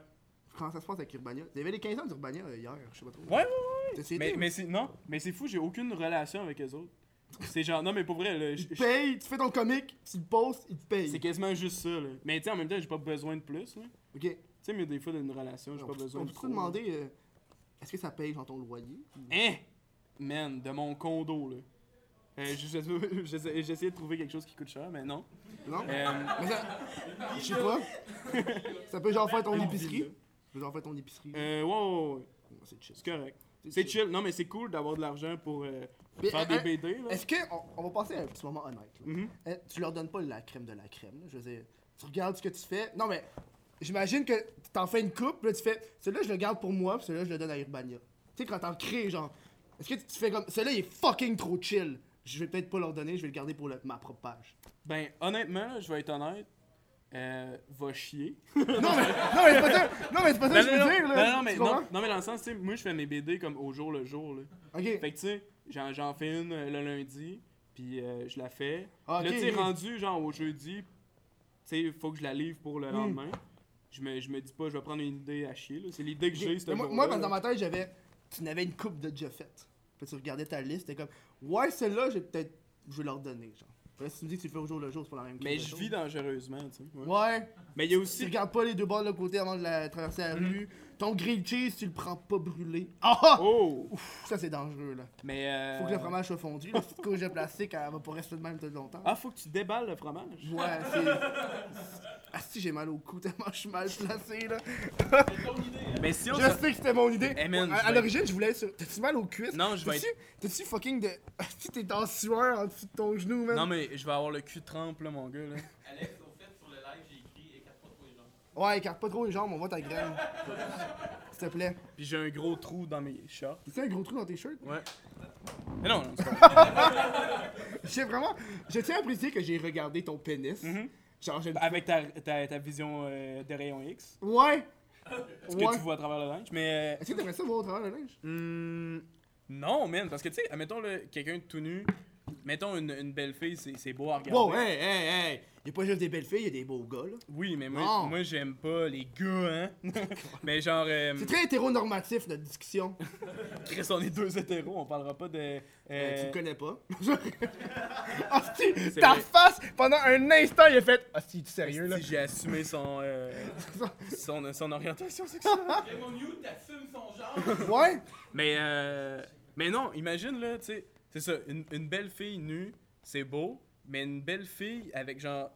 Comment ça se passe avec Urbania Il y avait les 15 ans d'Urbania euh, hier, je sais pas trop.
Ouais, ouais,
T'as
ouais.
essayé,
Mais,
toi?
mais c'est. Non, mais c'est fou, j'ai aucune relation avec eux autres. C'est genre. Non, mais pour vrai, là, je-
Tu
je-
payes, tu fais ton comique, tu le postes, ils te
c'est
payent.
quasiment juste ça, là. Mais tu sais, en même temps, j'ai pas besoin de plus, là. Tu
Ok.
sais, mais des fois, d'une relation, j'ai
On
pas
peut-
besoin
on
de
peut te
trop,
demander euh, est-ce que ça paye dans ton loyer
là. Hein? Man, de mon condo, là. Euh, je- je- J'essayais j'essayais de trouver quelque chose qui coûte cher, mais non.
Non
Euh,
Mais ça. Je sais pas.
(laughs)
ça peut genre faire ton épicerie. Ça peut genre faire ton épicerie.
Euh, ouais, ouais, ouais,
Non, C'est chill.
c'est correct. C'est chill. Non, mais c'est cool d'avoir de l'argent pour euh,
Mais,
faire
euh,
des BD, là.
Est-ce que. On, on va passer à un petit moment honnête. là.
Mhm.
Euh, Tu leur donnes pas la crème de la crème. là, Je veux dire, tu regardes ce que tu fais. Non, mais j'imagine que tu t'en fais une coupe, là, tu fais celui-là, je le garde pour moi, puis celui-là, je le donne à Urbania. Tu sais, quand t'en crées, genre. Est-ce que tu- tu fais comme. Celui-là, il est fucking trop chill. Je vais peut-être pas leur donner, je vais le garder pour le- ma propre
(laughs)
page.
Ben, honnêtement, là, je vais être honnête. Euh, va chier.
Non, mais, non, mais c'est pas ça, non, mais c'est pas ça que je veux
non,
dire,
non,
là.
non, non, mais,
Tu
non,
comprends?
non, mais dans le sens, tu sais, moi, je fais mes BD comme au jour le jour, là.
Ok.
Fait que, tu sais, j'en, j'en fais une euh, le lundi, puis euh, je la fais.
Ah,
là,
ok,
tu sais,
ok.
rendu, genre, au jeudi, tu sais, il faut que je la livre pour
Hmm.
le lendemain. Je me, je me dis pas, je vais prendre une idée à chier, là. C'est l'idée que j'ai, c'est
Mais moi, moi, parce que dans ma tête, j'avais. Tu n'avais une coupe de déjà faite. Puis tu regardais ta liste, t'es comme. Ouais, celle-là, j'ai peut-être. Je vais leur donner, genre. Puis là, si tu me dis que tu le fais au jour le jour, c'est pas la même
Mais
coupe de
je
choses.
vis dangereusement, tu sais. ouais.
Ouais.
Mais il y a
Tu
aussi.
regardes pas les deux bords de côté avant de la traverser la
Mm-hmm.
rue. Ton grilled cheese, tu le prends pas
(laughs)
brûlé. Ah ah!
Oh!
Ouf, ça, c'est dangereux, là.
Mais. euh,
Faut que le fromage soit fondu. La petite couche de plastique, elle va pas rester de même tout longtemps.
Ah, faut que tu déballes le fromage?
Ouais, c'est. Ah si, j'ai mal au cou tellement je suis mal placé, là.
C'est ton idée, hein?
Mais si on.
Je
s'en-
sais que c'était mon idée.
Eh, man,
à
je
à
vais-
l'origine, je voulais être sur. T'as-tu mal aux cuisses?
Non, je vais
T'as-tu- T'as-tu fucking de. (laughs) Si t'es en sueur en dessous de ton genou, man.
Non, mais je vais avoir le cul trempe, là, mon gars, là.
Alex, au fait, sur le live, j'ai écrit écarte pas trop les gens.
Ouais, écarte pas trop les jambes, on voit ta graine. S'il te plaît.
Puis j'ai un gros trou dans mes shorts.
T'as-tu un gros trou dans tes shirts? (laughs)
Ouais. Mais non, non, c'est pas vrai.
J'ai vraiment. Je tiens à préciser que j'ai regardé ton pénis.
Mhm.
Genre, je.
Avec ta, ta, ta vision euh, de rayon X,
Ouais!
ce que
ouais.
tu vois à travers le linge. Mais.
Est-ce que t'aimerais ça voir au travers le linge?
euh, hmm, non, man, parce que, tu sais, admettons, là, quelqu'un de tout nu Mettons une, une belle fille, c'est c'est beau à regarder.
Wow, hey, hey, hey! Y'a pas juste des belles filles, y'a des beaux gars, là.
Oui, mais moi,
Non.
moi j'aime pas les gars, hein. (laughs) mais genre, euh,
C'est très hétéronormatif, notre discussion.
Chris, on est deux hétéros, on parlera pas de. euh,
Euh, tu me connais
(laughs)
pas. Hostie,
C'est
ta
vrai.
face, pendant un instant, il a fait Hostie, tu sérieux, là?
si j'ai assumé son,
(laughs)
euh, son, son orientation sexuelle.
Raymond New, t'assumes son genre.
Ouais?
mais, euh, mais non, imagine là, tu sais, c'est ça, une, une belle fille nue, c'est beau, mais une belle fille avec genre.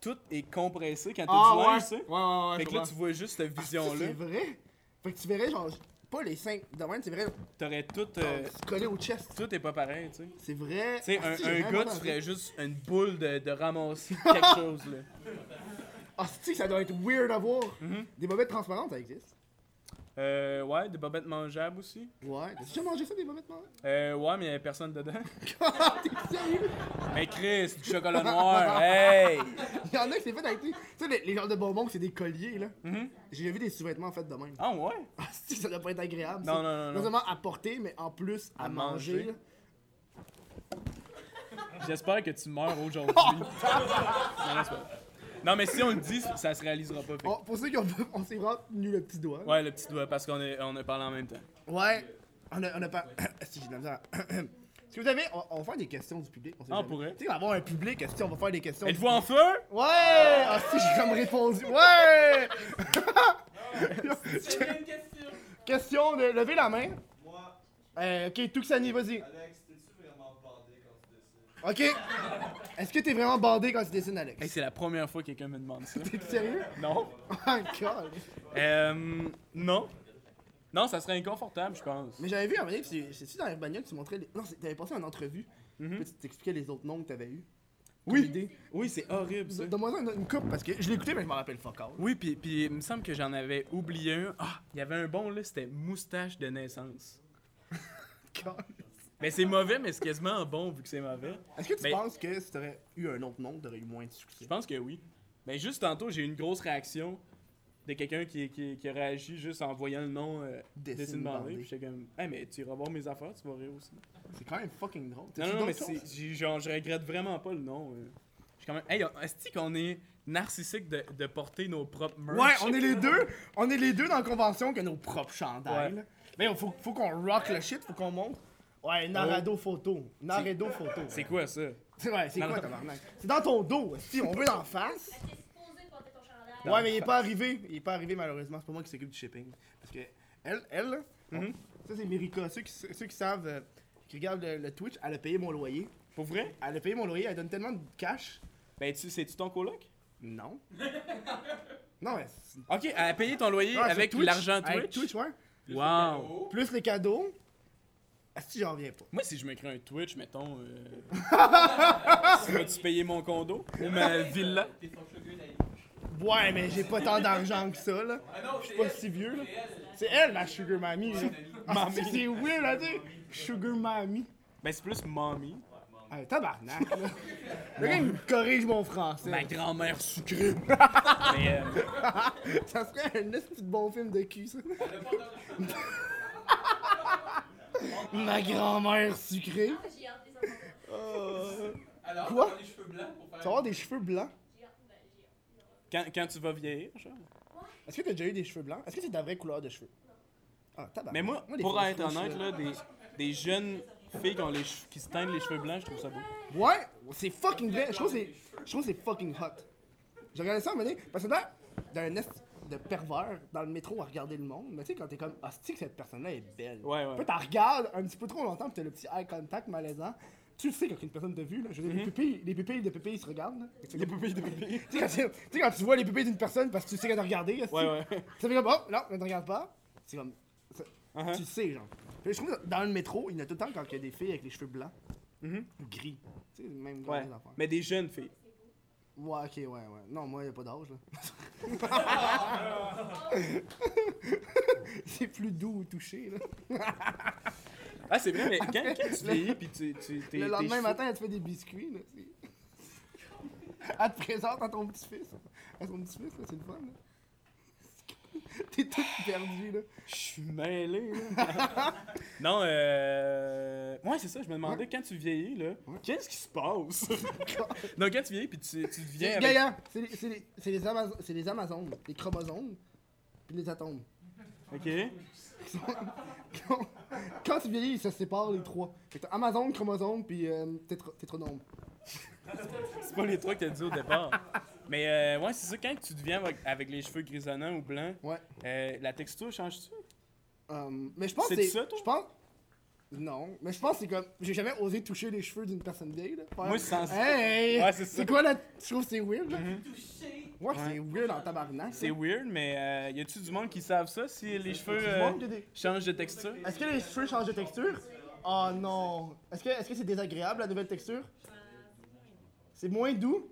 Tout est compressé quand t'as
Ah,
du
ouais.
linge, tu sais.
Ouais, ouais, ouais.
Fait que là,
je
tu vois juste cette
comprends.
vision-là.
C'est vrai? Fait que tu verrais, genre, pas les cinq de même, c'est vrai.
T'aurais tout. euh,
Tu te collais au chest.
tout est pas pareil, tu sais.
C'est vrai.
Tu sais, un,
Hostie, j'ai
un
Ah, vraiment
gars,
pas
tu
envie.
ferais juste une boule de, de ramasser (laughs) quelque chose, là.
Hostie, ça doit être weird à voir.
Mm-hmm.
Des bobettes transparentes, ça existe.
Euh, ouais, des bobettes mangeables aussi.
Ouais. T'as déjà mangé ça, des bobettes transparentes?
(laughs)
(laughs) Ah,
Euh, ouais, mais y avait personne dedans. (laughs)
T'es sérieux?
Mais Chris, du chocolat noir, hey!
Il y en a qui c'est fait avec. Tu sais, les, les genres de bonbons, que c'est des colliers, là.
Mhm.
J'ai vu des sous-vêtements faits de même.
Ah ouais?
(laughs) Hostie, ça doit pas être agréable.
Non,
ça.
non, non, non.
seulement à porter, mais en plus à,
À
manger.
manger.
là.
J'espère que tu meurs aujourd'hui. (laughs) non, non, c'est pas vrai. Non, mais si on le dit, ça se réalisera pas. fait que-
On- pour ceux qui ont on s'est vraiment tenu le petit doigt.
Ouais, le petit doigt, parce qu'on est- on a parlé en même temps.
Ouais. On a, on a pas. (coughs) si j'ai de la misère. Est-ce que vous avez. On, on va faire des questions du public. On sait
Ah,
jamais.
pour vrai?
Tu sais, on va avoir un public. Est-ce qu'on va faire des questions? du
Êtes-vous en feu?
public. Ouais! Ah, si, j'ai comme répondu. Ouais!
C'est une question.
(laughs) Question de lever la main.
Moi,
Euh, ok, Tuxani, vas-y.
Alex, t'es-tu vraiment bandé quand tu dessines?
Ok. Est-ce que t'es vraiment bandé quand tu dessines, Alex?
Hey, c'est la première fois que quelqu'un me demande ça.
T'es sérieux?
(laughs) Non?
Oh, God.
Euh, non. Non, ça serait inconfortable, je pense.
Mais j'avais vu un moment donné, tu- c'est-tu dans Urbania que tu montrais. Les... Non, c'est- t'avais passé une entrevue.
Mhm.
Puis tu t'expliquais les autres noms que t'avais eu.
Oui. Oui, c'est horrible ça.
Donne-moi une, une coupe parce que je l'ai écouté, mais je m'en rappelle fuck
(laughs)
all.
Oui, puis puis il me semble que j'en avais oublié un. Ah, il y avait un bon là, c'était moustache de naissance. Mais c'est mauvais, mais c'est quasiment bon vu que c'est mauvais.
Est-ce que tu
Mais-
penses que si t'aurais eu un autre nom, t'aurais eu moins de succès?
Je pense que oui. Mais juste tantôt, j'ai eu une grosse réaction de quelqu'un qui, qui, qui a réagi juste en voyant le nom euh,
Dessine
Dessine Bandé.
Bandé.
Puis J'étais comme, hey, mais tu iras voir mes affaires, tu vas rire aussi.
C'est quand même fucking drôle.
Non,
T'as-tu
non, non, mais
d'autres
c'est-
choses?
j'ai- genre, je regrette vraiment pas le nom. euh. Je suis quand même, hey, est-ce qu'on est narcissique de, de porter nos propres merch?
Ouais, on est les deux, on est les deux dans la convention que nos propres chandails.
Ouais.
là. Mais il faut, faut qu'on rock le shit, faut qu'on monte. Ouais, Narado photo. Naredo photo.
Oh. C'est quoi ça?
C'est ouais, c'est
Non,
quoi
non.
tabarnak? C'est dans ton dos, si on veut d'en face.
T'es supposé porter ton chandail.
Ouais, mais il est pas arrivé. Il est pas arrivé malheureusement. C'est pas moi qui s'occupe du shipping. Parce que elle, elle, là,
Mhm.
ça c'est Mirica. Ceux qui, ceux qui savent, euh, qui regardent le, le Twitch, elle a payé mon loyer.
Pour vrai?
Elle a payé mon loyer, elle donne tellement de cash.
Ben, tu, c'est-tu ton coloc?
Non.
(laughs)
non, mais. c'est-
Ok, elle a payé ton loyer
Ah, sur
avec
Twitch,
l'argent
avec
Twitch.
Twitch, ouais.
Wow.
Oh,
Plus les cadeaux. Ah, si j'en reviens pas.
Moi, si je me crée un Twitch, mettons. Euh...
(laughs)
Vas-tu payer mon condo ou ma villa?
T'es son sugar daddy.
Ouais, mais j'ai pas tant d'argent que ça, là.
Ah non,
Je
c'est
suis pas
elle.
si vieux, là.
C'est elle.
C'est elle, la Sugar Mammy, là. Ah,
Mamie.
si, c'est weird, là, tu sais. Sugar Mammy.
Ben, c'est plus mommy.
Ah, tabarnak, là. (laughs) Ben. Le gars, il me corrige mon français.
Ma grand-mère sucrée. (laughs) Mais, euh,
Ça serait un petit bon film de cul, ça.
Le porteur de cheveux.
Ma grand-mère sucrée.
Ah, J'ai hâte des enfants.
Euh,
Alors,
Quoi?
t'as des cheveux blancs pour
Tu
faire.
vas avoir des cheveux blancs.
J'ai hâte, ben, j'ai hâte.
quand, quand tu vas vieillir, genre.
Est-ce que t'as déjà eu des cheveux blancs? Est-ce que c'est ta vraie couleur de cheveux? Ah, tabarnak.
Mais moi,
les
pour
cheveux
être
flouches,
honnête,
là.
là, des, des jeunes filles qui, ont les che- qui se teignent les cheveux blancs, je trouve ça beau.
Ouais, c'est fucking vrai. Je trouve que c'est, je trouve que c'est fucking hot. J'ai regardé ça à un moment donné, parce que dans, dans un nest de pervers, dans le métro à regarder le monde, mais tu sais, quand t'es comme, ah, c'est que cette personne-là est belle.
Ouais, ouais.
Puis t'en regardes un petit peu trop longtemps, puis t'as le petit eye contact malaisant. Tu le sais quand une personne t'a vu, là. Je veux dire, les
Mhm.
pupilles, les pupilles de pupilles, ils se regardent, là. Les pupilles de pupilles. (laughs) tu sais, quand, tu- tu sais, quand tu vois les pupilles d'une personne parce que tu sais qu'elle t'a regardé, là,
Ouais, ouais.
ça fait comme, oh, non, ne te regarde pas. C'est comme, ça-
Uh-huh.
tu le sais, genre. Puis je trouve que dans le métro, il y en a tout le temps quand il y a des filles avec les cheveux blancs
Mhm.
ou gris. Tu sais, même genre
Ouais.
des affaires.
Mais des jeunes filles.
Ouais, ok, ouais, ouais. Non, moi, il a pas d'âge, là.
(laughs)
(laughs) c'est plus doux au toucher, là.
Ah, c'est vrai, mais quand, quand tu vieillis, puis tu. tu t'es-
Le
tes
lendemain
cheveux-
matin, elle te fait des biscuits, là. (laughs) c'est- elle te présente à ton petit-fils. À son petit-fils, là, (laughs) c'est le fun, là. T'es tout perdu, là.
Je suis mêlé, là. (laughs) non, euh. Ouais, c'est ça, je me demandais quand tu vieillis, là,
Ouais.
qu'est-ce qui
(laughs)
se passe? non, quand tu vieillis, puis tu, tu deviens. Avec...
Gaïa, c'est les, c'est les, c'est les, Amazo- c'est les Amazones, les chromosomes, puis les atomes. (laughs)
Ok.
Quand, quand tu vieillis, ça se sépare les trois. Fait que t'as Amazon, chromosome, puis euh, tétra- tétranome.
C'est pas les trois que t'as dit au départ. Mais euh, ouais, c'est ça, quand tu deviens avec, avec les cheveux grisonnants ou blancs,
Ouais.
euh, la texture change-tu?
Um, mais je pense que
C'est ça, toi?
Je pense. Non, mais je pense que c'est comme. J'ai jamais osé toucher les cheveux d'une personne vieille, là. Faire-
Moi, je sens ça.
Hey!
Ouais, c'est ça. Mm-hmm.
c'est quoi la. Je trouve que c'est weird, là.
Touché.
Ouais, c'est weird en tabarnak.
C'est weird, mais euh, y a-tu du monde qui savent ça si les cheveux
Du
euh,
monde, Ah, Dédé?
changent de texture?
Est-ce que les cheveux changent de texture? Oh non! Est-ce que est-ce que c'est désagréable la nouvelle texture? C'est moins doux?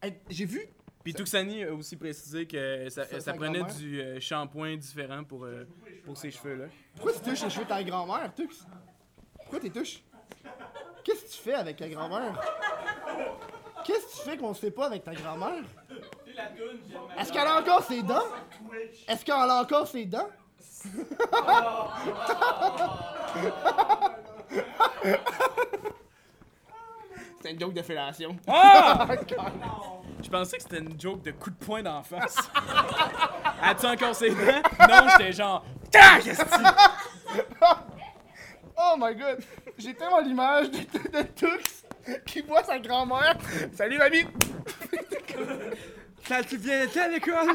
Hey, J'ai vu.
Puis Tuxani a aussi précisé que ça,
Sa-
ça
sa
prenait
grand-mère.
du euh, shampoing différent pour, euh, pour
(laughs)
ses cheveux-là.
Pourquoi tu touches les cheveux de ta grand-mère, Tux? Pourquoi tu les touches? Qu'est-ce que tu fais avec ta grand-mère? Qu'est-ce que tu fais qu'on sait pas avec ta grand-mère?
Tu sais, la toune, j'aime ma
Est-ce qu'elle a encore ses dents? Est-ce qu'elle a encore ses dents? (laughs) C'est une joke de fellation.
Ah! Je pensais que c'était une joke de coup de poing d'en face. (laughs) As-tu encore ses dents? Non, j'étais genre. Tac! esti!
Oh my god! J'ai tellement l'image de, de, de Tux qui voit sa grand-mère. Salut mamie!
Ça, tu viens de à l'école?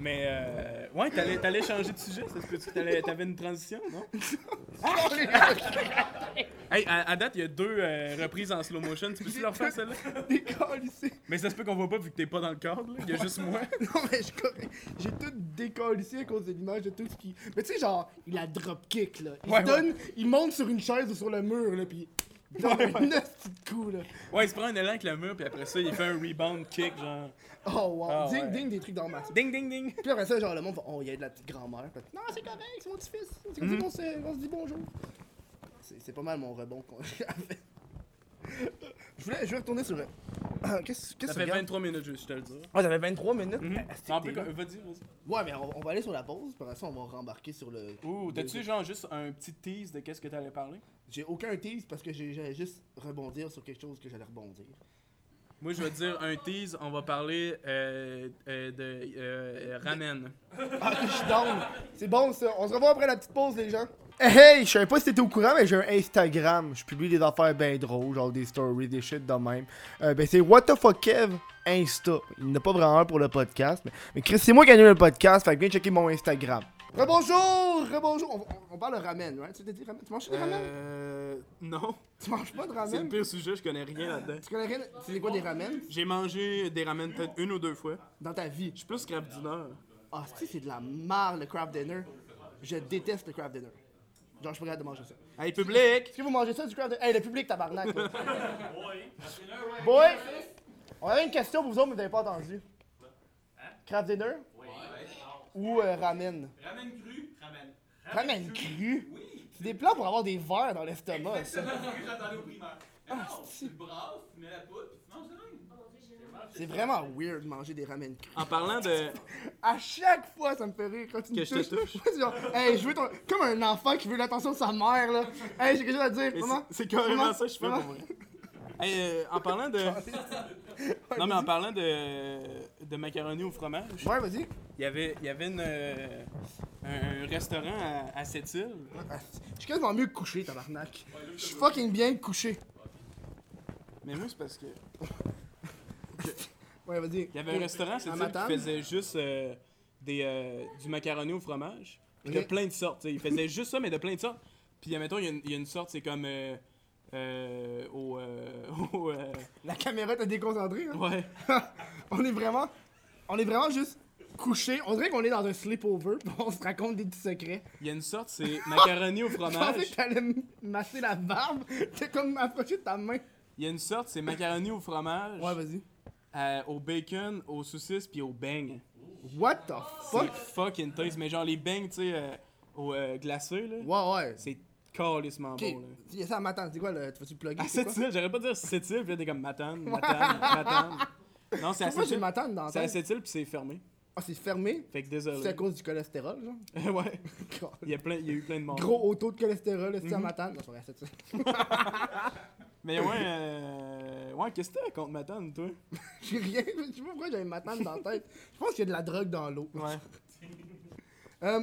Mais euh, ouais, t'allais, t'allais changer de sujet, ça se peut-tu que t'allais- t'avais une transition, non? Hey, à, à date, il y a deux euh, reprises en slow motion, tu peux-tu leur faire celle-là?
Des ici.
Mais ça se peut qu'on voit pas vu que t'es pas dans le cadre, là. il y a juste moi.
(laughs) Non mais je correct. J'ai tout décalissé à cause de l'image de Tux qui. Mais tu sais, genre, il a dropkick là. Il
Ouais,
se donne, il monte sur une chaise ou sur le mur là, pis. il donne un esti de coup là.
Ouais, il se prend un élan avec le mur, puis après ça, il fait un rebound kick, genre.
Oh wow.
Ah,
ding
ouais.
ding des trucs dans ma
Ding, ding, ding!
Puis après ça, genre, le monde fait Oh, il y a de la petite grand-mère. Fait, Non, c'est correct, c'est mon petit-fils. C'est
Mhm.
comme ça qu'on se, on se dit bonjour. C'est c'est pas mal mon rebond qu'on (laughs) avait. Je voulais, je vais retourner sur. le- Ah, (coughs) Qu'est-ce qu'est-ce
Ça
que
fait
tu regardes?
23 minutes, juste, je te le dis.
Ouais, j'avais 23 minutes.
Mhm.
Ah, c'est
Non, plus,
terrible.
vas-y, vas-y.
Ouais, mais on, on va aller sur la pause, puis après ça, on va rembarquer sur le.
Ouh,
le-
t'as-tu genre juste un petit tease de qu'est-ce que t'allais parler?
J'ai aucun tease parce que j'ai- j'allais juste rebondir sur quelque chose que j'allais rebondir.
Moi, je vais dire un tease, on va parler euh, euh, de euh, euh, ramen.
Ah, je suis down. C'est bon ça. On se revoit après la petite pause, les gens. Eh, Hey, hey, je savais pas si t'étais au courant, mais j'ai un Instagram. Je publie des affaires bien drôles, genre des stories, des shit de même. Euh, ben, c'est What the fuck Kev Insta. Il n'y en a pas vraiment un pour le podcast. Mais, mais Chris, c'est moi qui anime le podcast, fait que viens checker mon Instagram. Rebonjour, rebonjour. On, on- on parle de ramen, right? Tu t'es dit ramen? Tu manges des ramen?
Euh. Non.
Tu manges pas de
C'est le
ramen?
pire sujet, je connais rien là-dedans.
Tu connais rien? C'est quoi des ramen?
J'ai mangé des ramen peut-être une ou deux fois.
Dans ta vie?
Je suis plus crap dîner.
Ah, si c'est de la marre le crab dinner. Je déteste le crab dinner. Genre, je suis pas capable de manger ça.
Hey, public!
Est-ce que vous mangez ça du crab dinner? Hey, le public tabarnak. là. Boy! On avait une question pour vous autres, mais vous n'avez pas entendu. Crab dinner? Ou euh, ramen?
Ramène cru, ramène.
Ramen cru?
Oui,
C'est des plats pour avoir des verres dans l'estomac,
c'est
ça. Ah,
ce que j'entendais au primaire. Mais non, tu le brasses, tu mets la poudre, puis tu manges de
Oh
même.
C'est vraiment weird de manger des ramen crus.
En parlant de.
À chaque fois, ça me fait rire quand tu me
Que je te
touches. C'est (laughs) genre, hey, je veux ton... Comme un enfant qui veut l'attention de sa mère, là. Hey, j'ai quelque chose à dire. (laughs)
Mais
Maman?
c'est- C'est carrément
Maman?
ça que je fais pour
Maman?
vrai. Hey, euh, en
(laughs)
parlant de. Non, mais en parlant de. de macaroni au fromage,
Ouais, vas-y.
il y avait, il y avait une, euh, un un restaurant à, à Sept-Îles.
Ah, Je suis quasiment mieux que couché, tabarnak. Je suis fucking bien couché.
Mais moi, c'est parce que.
Ouais, vas-y.
Il y avait un restaurant à Sept-Îles
Manhattan?
qui faisait juste euh, des, euh, du macaroni au fromage. Puis
Ok.
de plein de sortes. t'sais. Il faisait juste ça, mais de plein de sortes. Puis, admettons, il y a une, il y a une sorte, c'est comme. euh, euh, au. euh, (laughs) au, euh,
La caméra t'a déconcentré, hein?
ouais.
On est vraiment. On est vraiment juste couché. On dirait qu'on est dans un sleepover, (laughs) pis on se raconte des petits secrets.
Il y a une sorte, c'est macaroni
(laughs)
au
Je pensais
fromage.
que t'allais me masser la barbe. T'es comme approché de ta main.
Il y a une sorte, c'est macaroni au fromage,
Ouais, vas-y.
euh, au bacon, aux saucisses puis au beigne.
What the
C'est
fuck?
fucking taste, mais genre les beignes, tu sais, euh, au euh, glacé, là,
Ouais, ouais.
c'est carlissement
Ok.
bon, là.
Il y a ça à Matane. C'est quoi le. Tu vas-tu plugger?
À
c'est quoi?
Sept-Îles, Ah, j'aurais pas dire Sept-Îles, puis là, t'es comme Matane, Matane, Matane. Non, c'est à
Pourquoi j'ai
Sept-Îles.
Matane dans la
C'est Ah, à
tête?
Sept-Îles, puis c'est fermé.
Ah, c'est fermé?
Fait que désolé.
C'est à cause du cholestérol, genre?
(laughs) ouais. Il y, a plein, il y a eu plein de morts.
Gros haut taux de cholestérol, est-ce que à
Mhm.
Matane? Non, je vais rester ça. (laughs)
Mais ouais, euh... ouais, qu'est-ce que t'as contre Matane, toi?
J'ai rien, je sais pas pourquoi j'avais Matane dans la tête. Je pense qu'il y a de la drogue dans l'eau.
Ouais.
Euh,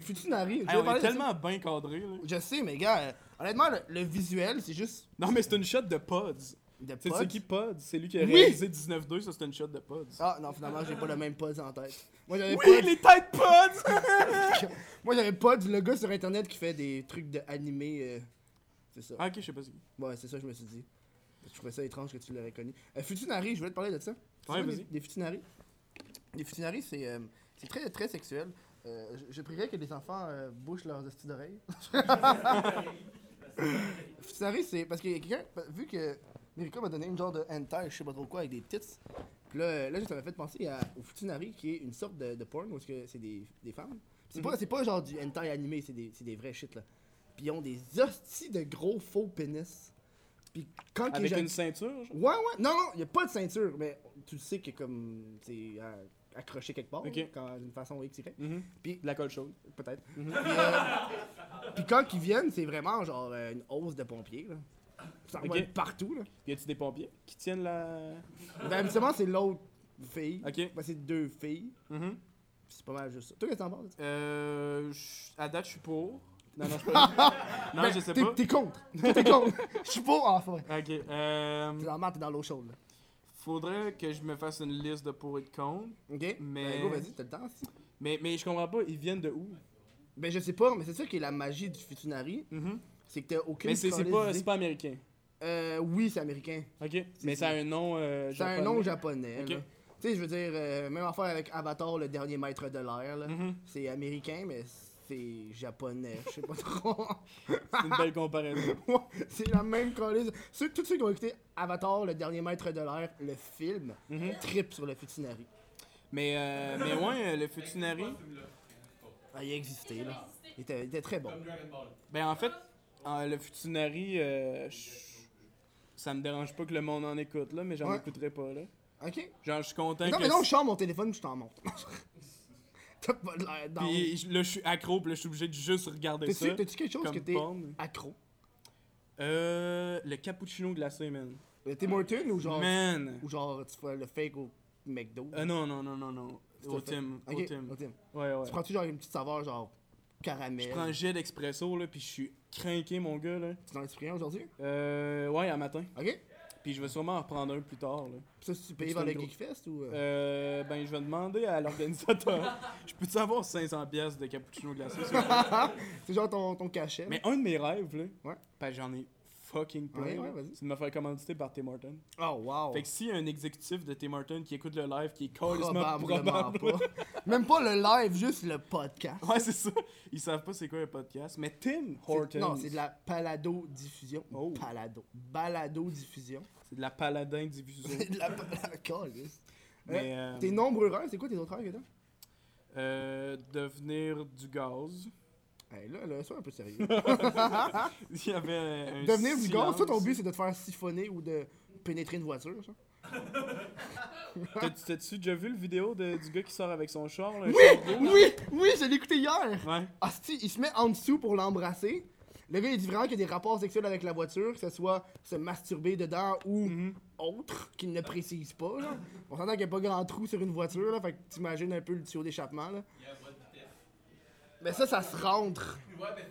Futu Nari, je
Hey,
vais
on
parler
est
de ça.
tellement bien cadré, là.
Je sais, mais gars, euh, honnêtement, le, le visuel, c'est juste
Non, mais c'est une shot de Pods.
de
C'est
pods.
c'est qui Pods? C'est lui qui a
Oui!
réalisé 19-2, ça c'est une shot de Pods.
Ah, non, finalement, j'ai pas le même pods en tête. Moi, j'avais
Oui, les têtes Pods!
pas... Moi, j'avais pas du- le gars sur Internet qui fait des trucs de animé, euh, C'est ça.
ah, ok, je sais pas c'est qui.
Ouais, c'est ça, je me suis dit. Je trouvais ça étrange que tu l'aurais connu. Euh, Futunari, je voulais te parler de ça. Tu
Ouais,
vois, Des,
vas-y.
des Futunari. Les Futunari, c'est euh, c'est très, très sexuel. Euh, je, je prierais que les enfants euh, bouchent leurs astuces d'oreilles. (laughs) Futunari, c'est. Parce que quelqu'un. Vu que Mirico m'a donné une genre de hentai, je sais pas trop quoi, avec des tits. Puis là, là ça m'a fait penser à, au Futunari, qui est une sorte de, de porn où est-ce que c'est des, des femmes.
Mhm.
C'est pas, c'est pas genre du hentai animé, c'est des, c'est des vrais shit là. Puis ils ont des hosties de gros faux pénis. Puis quand ils
Avec
éjac-
une ceinture, genre.
Ouais, ouais, non, non, il n'y a pas de ceinture, mais tu le sais que comme c'est euh, accroché quelque part,
Ok.
là, quand- d'une façon X, Y,
Mhm.
Puis-
De la colle chaude. Mhm.
peut-être. Puis, euh, puis quand ils viennent, c'est vraiment genre euh, une hausse de pompiers, là. Ça
Ok.
revole partout, là.
Y a-tu des pompiers qui tiennent la.
Ben, habituellement, c'est l'autre fille.
Ok.
Ben, c'est deux filles,
Mhm.
puis c'est pas mal juste ça. Toi, qu'est-ce que t'en penses? de ça?
Euh. je- À date, je suis pour. Non, non, je suis pas.
(laughs) Ben,
non, Ah, je sais
t'es-
pas.
T'es contre. (laughs) Toi, T'es contre. Je suis Ah, pas en forêt.
Ok, euh.
T'es dans la merde, t'es dans l'eau chaude, là.
Faudrait que je me fasse une liste de pour et de contre.
Ok?
Mais-
Ben, go, vas-y, t'as le temps, si.
Mais, mais je comprends pas, ils viennent de où
Ben, je sais pas, mais c'est ça qui est la magie du Futunari,
Mhm.
c'est que t'as aucune
Mais c'est c'est
calice
pas,
d'idée.
c'est pas américain.
Euh, oui, c'est américain.
Ok. Mais ça a un nom. euh,
C'est un
japonais.
nom japonais.
Ok.
là. Tu sais, je veux dire, euh, même affaire avec Avatar, le dernier maître de l'air. là.
Mhm.
C'est américain, mais c'est japonais. Je sais pas trop.
C'est une belle comparaison.
Ouais, (laughs) c'est la même colise. Ceux, tous ceux qui ont écouté Avatar, le dernier maître de l'air, le film,
Mhm.
trip sur le futinari.
(laughs) Mais, euh, mais ouais, euh, le futunari.
Ah, il a existé, là. Il était, il était très bon.
Ben en fait, euh, le futunari, euh, je- ça me dérange pas que le monde en écoute là, mais j'en
Ouais.
écouterai pas là.
Ok?
Genre, je suis content
Non,
que.
mais non, je sors mon téléphone puis je t'en montre. (laughs) T'as pas l'air dans.
Puis je- là, je suis accro, puis là, je suis obligé de juste regarder ça.
T'as-tu t'as-tu quelque chose
comme
que t'es
porn.
accro?
Euh, le cappuccino glacé, man.
Euh, T'es Morton ou genre.
Man.
Ou genre, tu fais le fake au McDo?
Euh, non, non, non, non, non.
C'est
Au
le fait.
Tim.
Ok,
Au Tim.
au Tim.
Ouais, ouais.
Tu euh, prends-tu genre une petite saveur genre caramel?
Je prends un jet d'expresso, là, puis je suis craqué, mon gars, là.
Tu t'en exprimes aujourd'hui?
Euh, ouais, un matin.
Ok?
Puis je vais sûrement en reprendre un plus tard, là.
Ça, c'est payé
C'est
par
un
le
gros-
Geekfest ou. euh,
Euh, ben, je vais demander
(laughs)
à l'organisateur. je peux-tu avoir 500 pièces de cappuccino glacé, s'il vous plaît?
C'est genre ton, ton cachet.
Mais un de mes rêves, là,
Ouais.
parce que j'en ai fucking plein,
Ouais,
là,
ouais, vas-y.
c'est de me faire commanditer par Tim Hortons.
Oh wow!
Fait que si un exécutif de Tim Hortons qui écoute le live, qui est carrément
Probablement
(laughs) probable...
pas. Même pas le live, juste le podcast.
Ouais, c'est ça. Ils savent pas c'est quoi un podcast. Mais Tim
C'est-
Hortons,
Non, c'est de la palado-diffusion.
Oh.
Palado. (laughs) Balado-diffusion.
c'est de la
(laughs)
paladin diffusion.
C'est de la palado.
Mais, euh,
Tes nombreux heures, c'est quoi tes autres heures que t'as?
Euh, devenir du gaz. (laughs)
Hey, là, là, sois un peu (laughs) sérieux.
Il y avait un
Devenir du gars,
silence.
toi ton but c'est de te faire siphonner ou de pénétrer une voiture, (laughs) ça?
T'as- T'as-tu déjà vu le vidéo de- du gars qui sort avec son char? Là,
Oui! Oui! Oui, je l'ai écouté hier!
Ouais.
Asti, il se met en dessous pour l'embrasser. Le gars, il dit vraiment qu'il y a des rapports sexuels avec la voiture, que ce soit se masturber dedans ou
Mhm.
autre, qu'il ne précise pas. Là. On s'entend qu'il n'y a pas grand trou sur une voiture, là, fait que t'imagines un peu le tuyau d'échappement. Là.
Il y a un bras de vitesse.
Mais ça, ça se rentre.
Ouais, mais.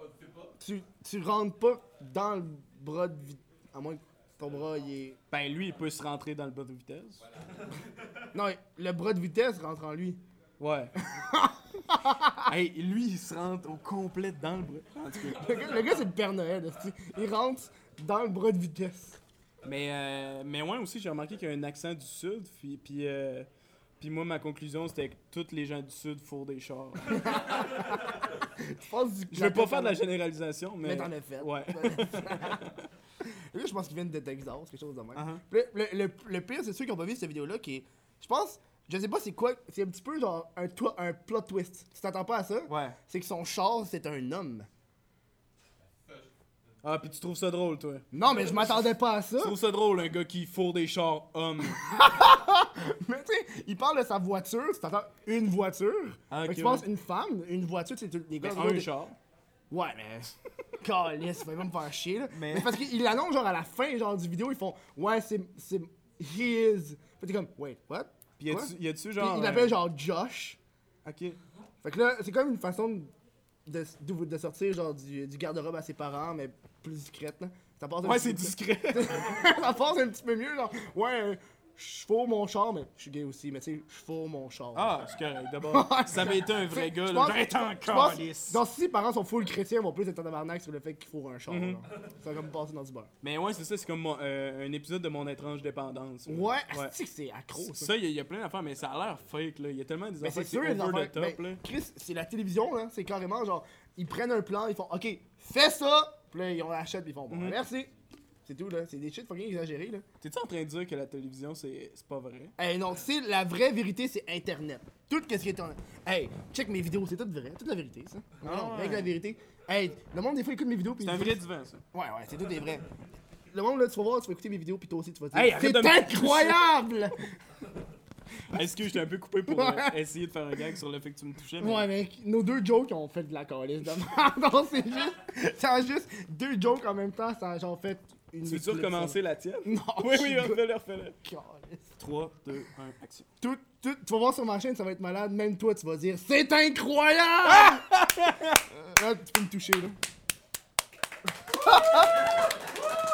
Oh, tu sais pas.
Tu, tu rentres pas dans le bras de vi- À moins que ton bras, il est.
Ben lui, il peut se rentrer dans le bas de vitesse.
Non, le bras de vitesse rentre en lui. (laughs)
Ouais. hey, lui, il se rentre au complet dans le bras. En tout cas.
Le gars, le gars, c'est le Père Noël. asti. Il rentre dans le bras de vitesse.
Mais, euh, mais ouais, aussi, j'ai remarqué qu'il y a un accent du Sud. Puis, puis, euh, puis moi, ma conclusion, c'était que tous les gens du Sud fourrent des
(laughs)
chars.
Tu passes du-
Je veux pas faire de la généralisation, mais...
Mais t'en as fait.
Ouais.
Lui, je pense qu'il vient de Texas, quelque chose de même.
Uh-huh.
Puis Le, le- le pire, c'est ceux qui ont pas vu cette vidéo-là qui est. Je pense, je sais pas c'est quoi, c'est un petit peu genre un, toi- un plot twist. Tu t'attends pas à ça?
Ouais.
C'est que son char, c'est un homme.
Ah, puis tu trouves ça drôle, toi?
Non, mais je m'attendais pas à ça.
Je trouve ça drôle, un gars qui fourre des chars hommes.
(laughs) Mais tu sais, il parle de sa voiture, si t'entends une voiture.
Ah, ok,
Fait que tu
ouais.
penses une femme, une voiture, c'est les gars.
Ben,
les autres,
un
des- Eh.
char.
Ouais, mais. Calisse, ça va me faire chier, là.
Mais-
Mais, parce qu'ils l'annoncent, genre, à la fin, genre, du vidéo, ils font Ouais, c'est. C'est. His. Puis t'es comme, wait, what?
Puis y
Quoi?
a-tu- y a-tu
Puis
genre.
il
euh,
l'appelle, genre, Josh.
Ok.
Fait que là, c'est comme une façon de, de, de- de sortir, genre, du, du garde-robe à ses parents, mais plus discrète, là. Ça passe un
Ouais,
petit
c'est
peu-
discret.
(laughs) ça passe un petit peu mieux, genre, ouais, euh, je fourre mon char, mais je suis gay aussi, mais tu sais, je fourre mon char.
Ah, c'est correct. D'abord, si ça avait été un vrai
T'sais,
gars,
je
là,
pense-
j'aurais été
je
encore
pense- Genre, si ses parents sont full chrétiens, ils vont plus être en tabarnak sur le fait qu'ils fourrent un char,
Mhm.
genre. Ça va comme passer dans du beurre.
Mais ouais, c'est ça, c'est comme mon- euh, un épisode de Mon étrange dépendance. là.
Ouais, asti que (laughs) c'est accro, ça.
Ça, il y, a- y a plein d'affaires, mais ça a l'air fake, là. Il y a tellement des
Mais
affaires
c'est
qui
sûr,
sont
les
over
affaires-
the top,
mais
là.
Chris, c'est la télévision, là. C'est carrément genre, ils prennent un plan, ils font, OK, fais ça. Puis là, ils on l'achète, puis ils font, bon,
Mhm.
merci. C'est tout, là. C'est des shit fucking exagérés, là.
T'es-tu en train de dire que la télévision, c'est c'est pas vrai?
Hey, non, c'est la vraie vérité, c'est Internet. Tout ce qui est en. Hey, check mes vidéos, c'est tout vrai. Toute la vérité, ça. Non,
Ah
non, rien
ouais.
que la vérité. Hey, le monde, des fois, écoute mes vidéos, puis.
C'est un
ils
vrai
disent-
divan, ça.
Ouais, ouais, c'est tout des vrais. Le monde, là, tu vas voir, tu vas écouter mes vidéos, puis toi aussi, tu vas dire.
Hey, arrête
c'est
de me-
incroyable!
Est-ce que j'étais un peu coupé pour euh,
Ouais.
essayer de faire un gag sur le fait que tu me touchais? mais-
ouais, mec, nos deux jokes ont fait de la calisse de merde. (laughs) Non, c'est juste. Ça a juste deux jokes en même temps, ça a genre fait une.
Tu veux-tu
éclipse,
recommencer la tienne?
là. (laughs) Non,
Oui,
je
oui,
suis
refais-le, refais-le.
gars- calisse.
3, 2, 1, action.
Tout, tout, tu vas voir sur ma chaîne, ça va être malade. Même toi, tu vas dire C'est
(laughs)
incroyable! Euh, là, tu peux me toucher, là.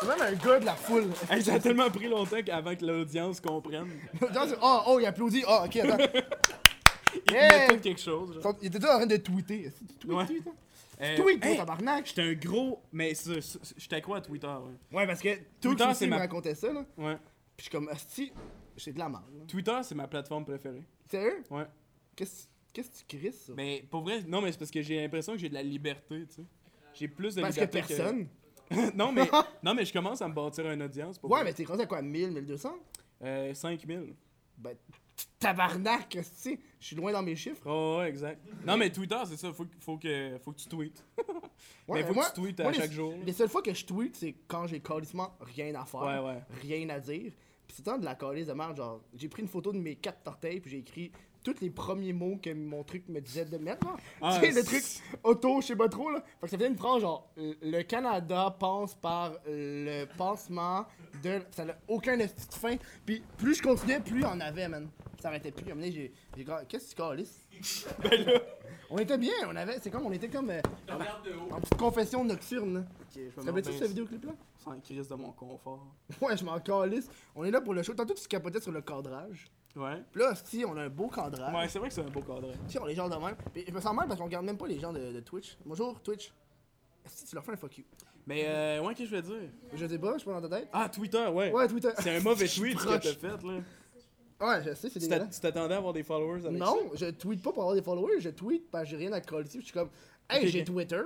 C'est même un gars de la foule. (laughs) là.
Hey, ça a tellement pris longtemps qu'avant que l'audience comprenne,
Genre, c'est- oh, oh, il applaudit. Oh, ok, attends.
(laughs) il
Hey!
mettait quelque chose. genre.
Son- Il était déjà en train de tweeter. Est-ce que Tu tweets,
Ouais.
tu, toi?
Euh,
Tweet, gros
hey,
tabarnak.
J'étais un gros. Mais ça, ça, ça, j'étais accro à Twitter, ouais.
Ouais, parce que tout
Twitter,
le
c'est
me
ma-
racontait ça, là. Puis
Ouais.
je suis comme, si j'ai de la merde. là.
Twitter, c'est ma plateforme préférée.
Sérieux?
Ouais.
Qu'est-ce qu'est-ce que tu crisses, ça?
Mais pour vrai, non, mais c'est parce que j'ai l'impression que j'ai de la liberté, tu sais. J'ai plus de
Parce que
liberté.
personne.
(laughs)
(laughs)
non, mais, non, mais je commence à me bâtir une audience. Pour
Ouais, mais
vrai.
t'es rendu à quoi? 1000, 1200?
Euh, 5000.
Ben, tabarnak, si, je suis loin dans mes chiffres.
Oh, ouais, exact. Non, mais Twitter, c'est ça. Faut, que- faut, que, faut que tu tweets.
Ouais,
mais faut
moi-
que tu tweets à
moi, les-
chaque jour. là.
Les seules fois que je tweet, c'est quand j'ai carrément rien à faire,
Ouais, ouais.
rien à dire. Puis c'est temps de la calisse de merde, genre, j'ai pris une photo de mes quatre orteils, puis j'ai écrit tous les premiers mots que mon truc me disait de mettre, là.
Ah,
tu sais, le
c'est-
truc auto, je sais pas trop, là. Fait que ça faisait une phrase, genre, euh, le Canada passe par le pansement de... Ça n'a aucun esti de fin. Puis plus je continuais, plus il y en avait, man. Ça arrêtait plus. À un moment donné, j'ai... j'ai gra- Qu'est-ce que tu
(laughs)
calisses?
Ben
On était bien, on avait... C'est comme, on était comme... euh,
Je regarde de haut.
en petite confession nocturne, là.
Ok,
Tu
je me
rappelles-tu
mets
ce vidéoclip-là?
Sans crise de mon confort.
Ouais, je m'en calisse. On est là pour le show. Tantôt, tu te capotais sur le cadrage.
Ouais.
Puis là, si, on a un beau cadrage.
Ouais, c'est vrai que c'est un beau cadre.
Si, on est genre de même. Puis je me sens mal parce qu'on regarde même pas les gens de, de Twitch. Bonjour, Twitch. Si tu leur fais un fuck you.
Mais, euh, ouais, qu'est-ce que je veux dire?
Je sais pas, je suis pas dans ta tête.
Ah, Twitter, ouais.
Ouais, Twitter.
C'est
(laughs)
un mauvais tweet
Proche.
que t'as fait, là.
Ouais, je sais, c'est
Tu t'a-
dégueulasse.
tu t'attendais à avoir des followers avec ça?
Non, je tweete pas pour avoir des followers. Je tweete parce que j'ai rien à coller ici. Je suis comme, hey,
Ok,
j'ai
ok.
Twitter.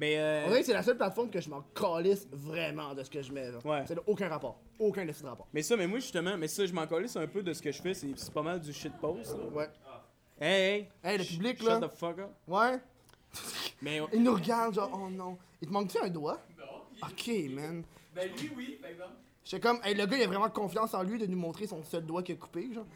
Mais,
On dirait
euh,
que c'est la seule plateforme que je m'en calisse vraiment de ce que je mets. là.
Ouais.
Ça n'a aucun rapport. Aucun de ces rapports.
mais ça, mais moi, justement, mais ça, je m'en calisse un peu de ce que je fais. C'est c'est pas mal du shitpost, là.
Ouais.
Hey, hey.
Hey, le
Sh-
public,
shut
là.
the fuck up.
Ouais.
Mais, euh,
Il nous regarde, genre, oh non. Il te manque-tu un doigt? Ok, man.
Ben lui, oui, par exemple.
J'étais comme, hey, le gars, il a vraiment confiance en lui de nous montrer son seul doigt qu'il a coupé, genre.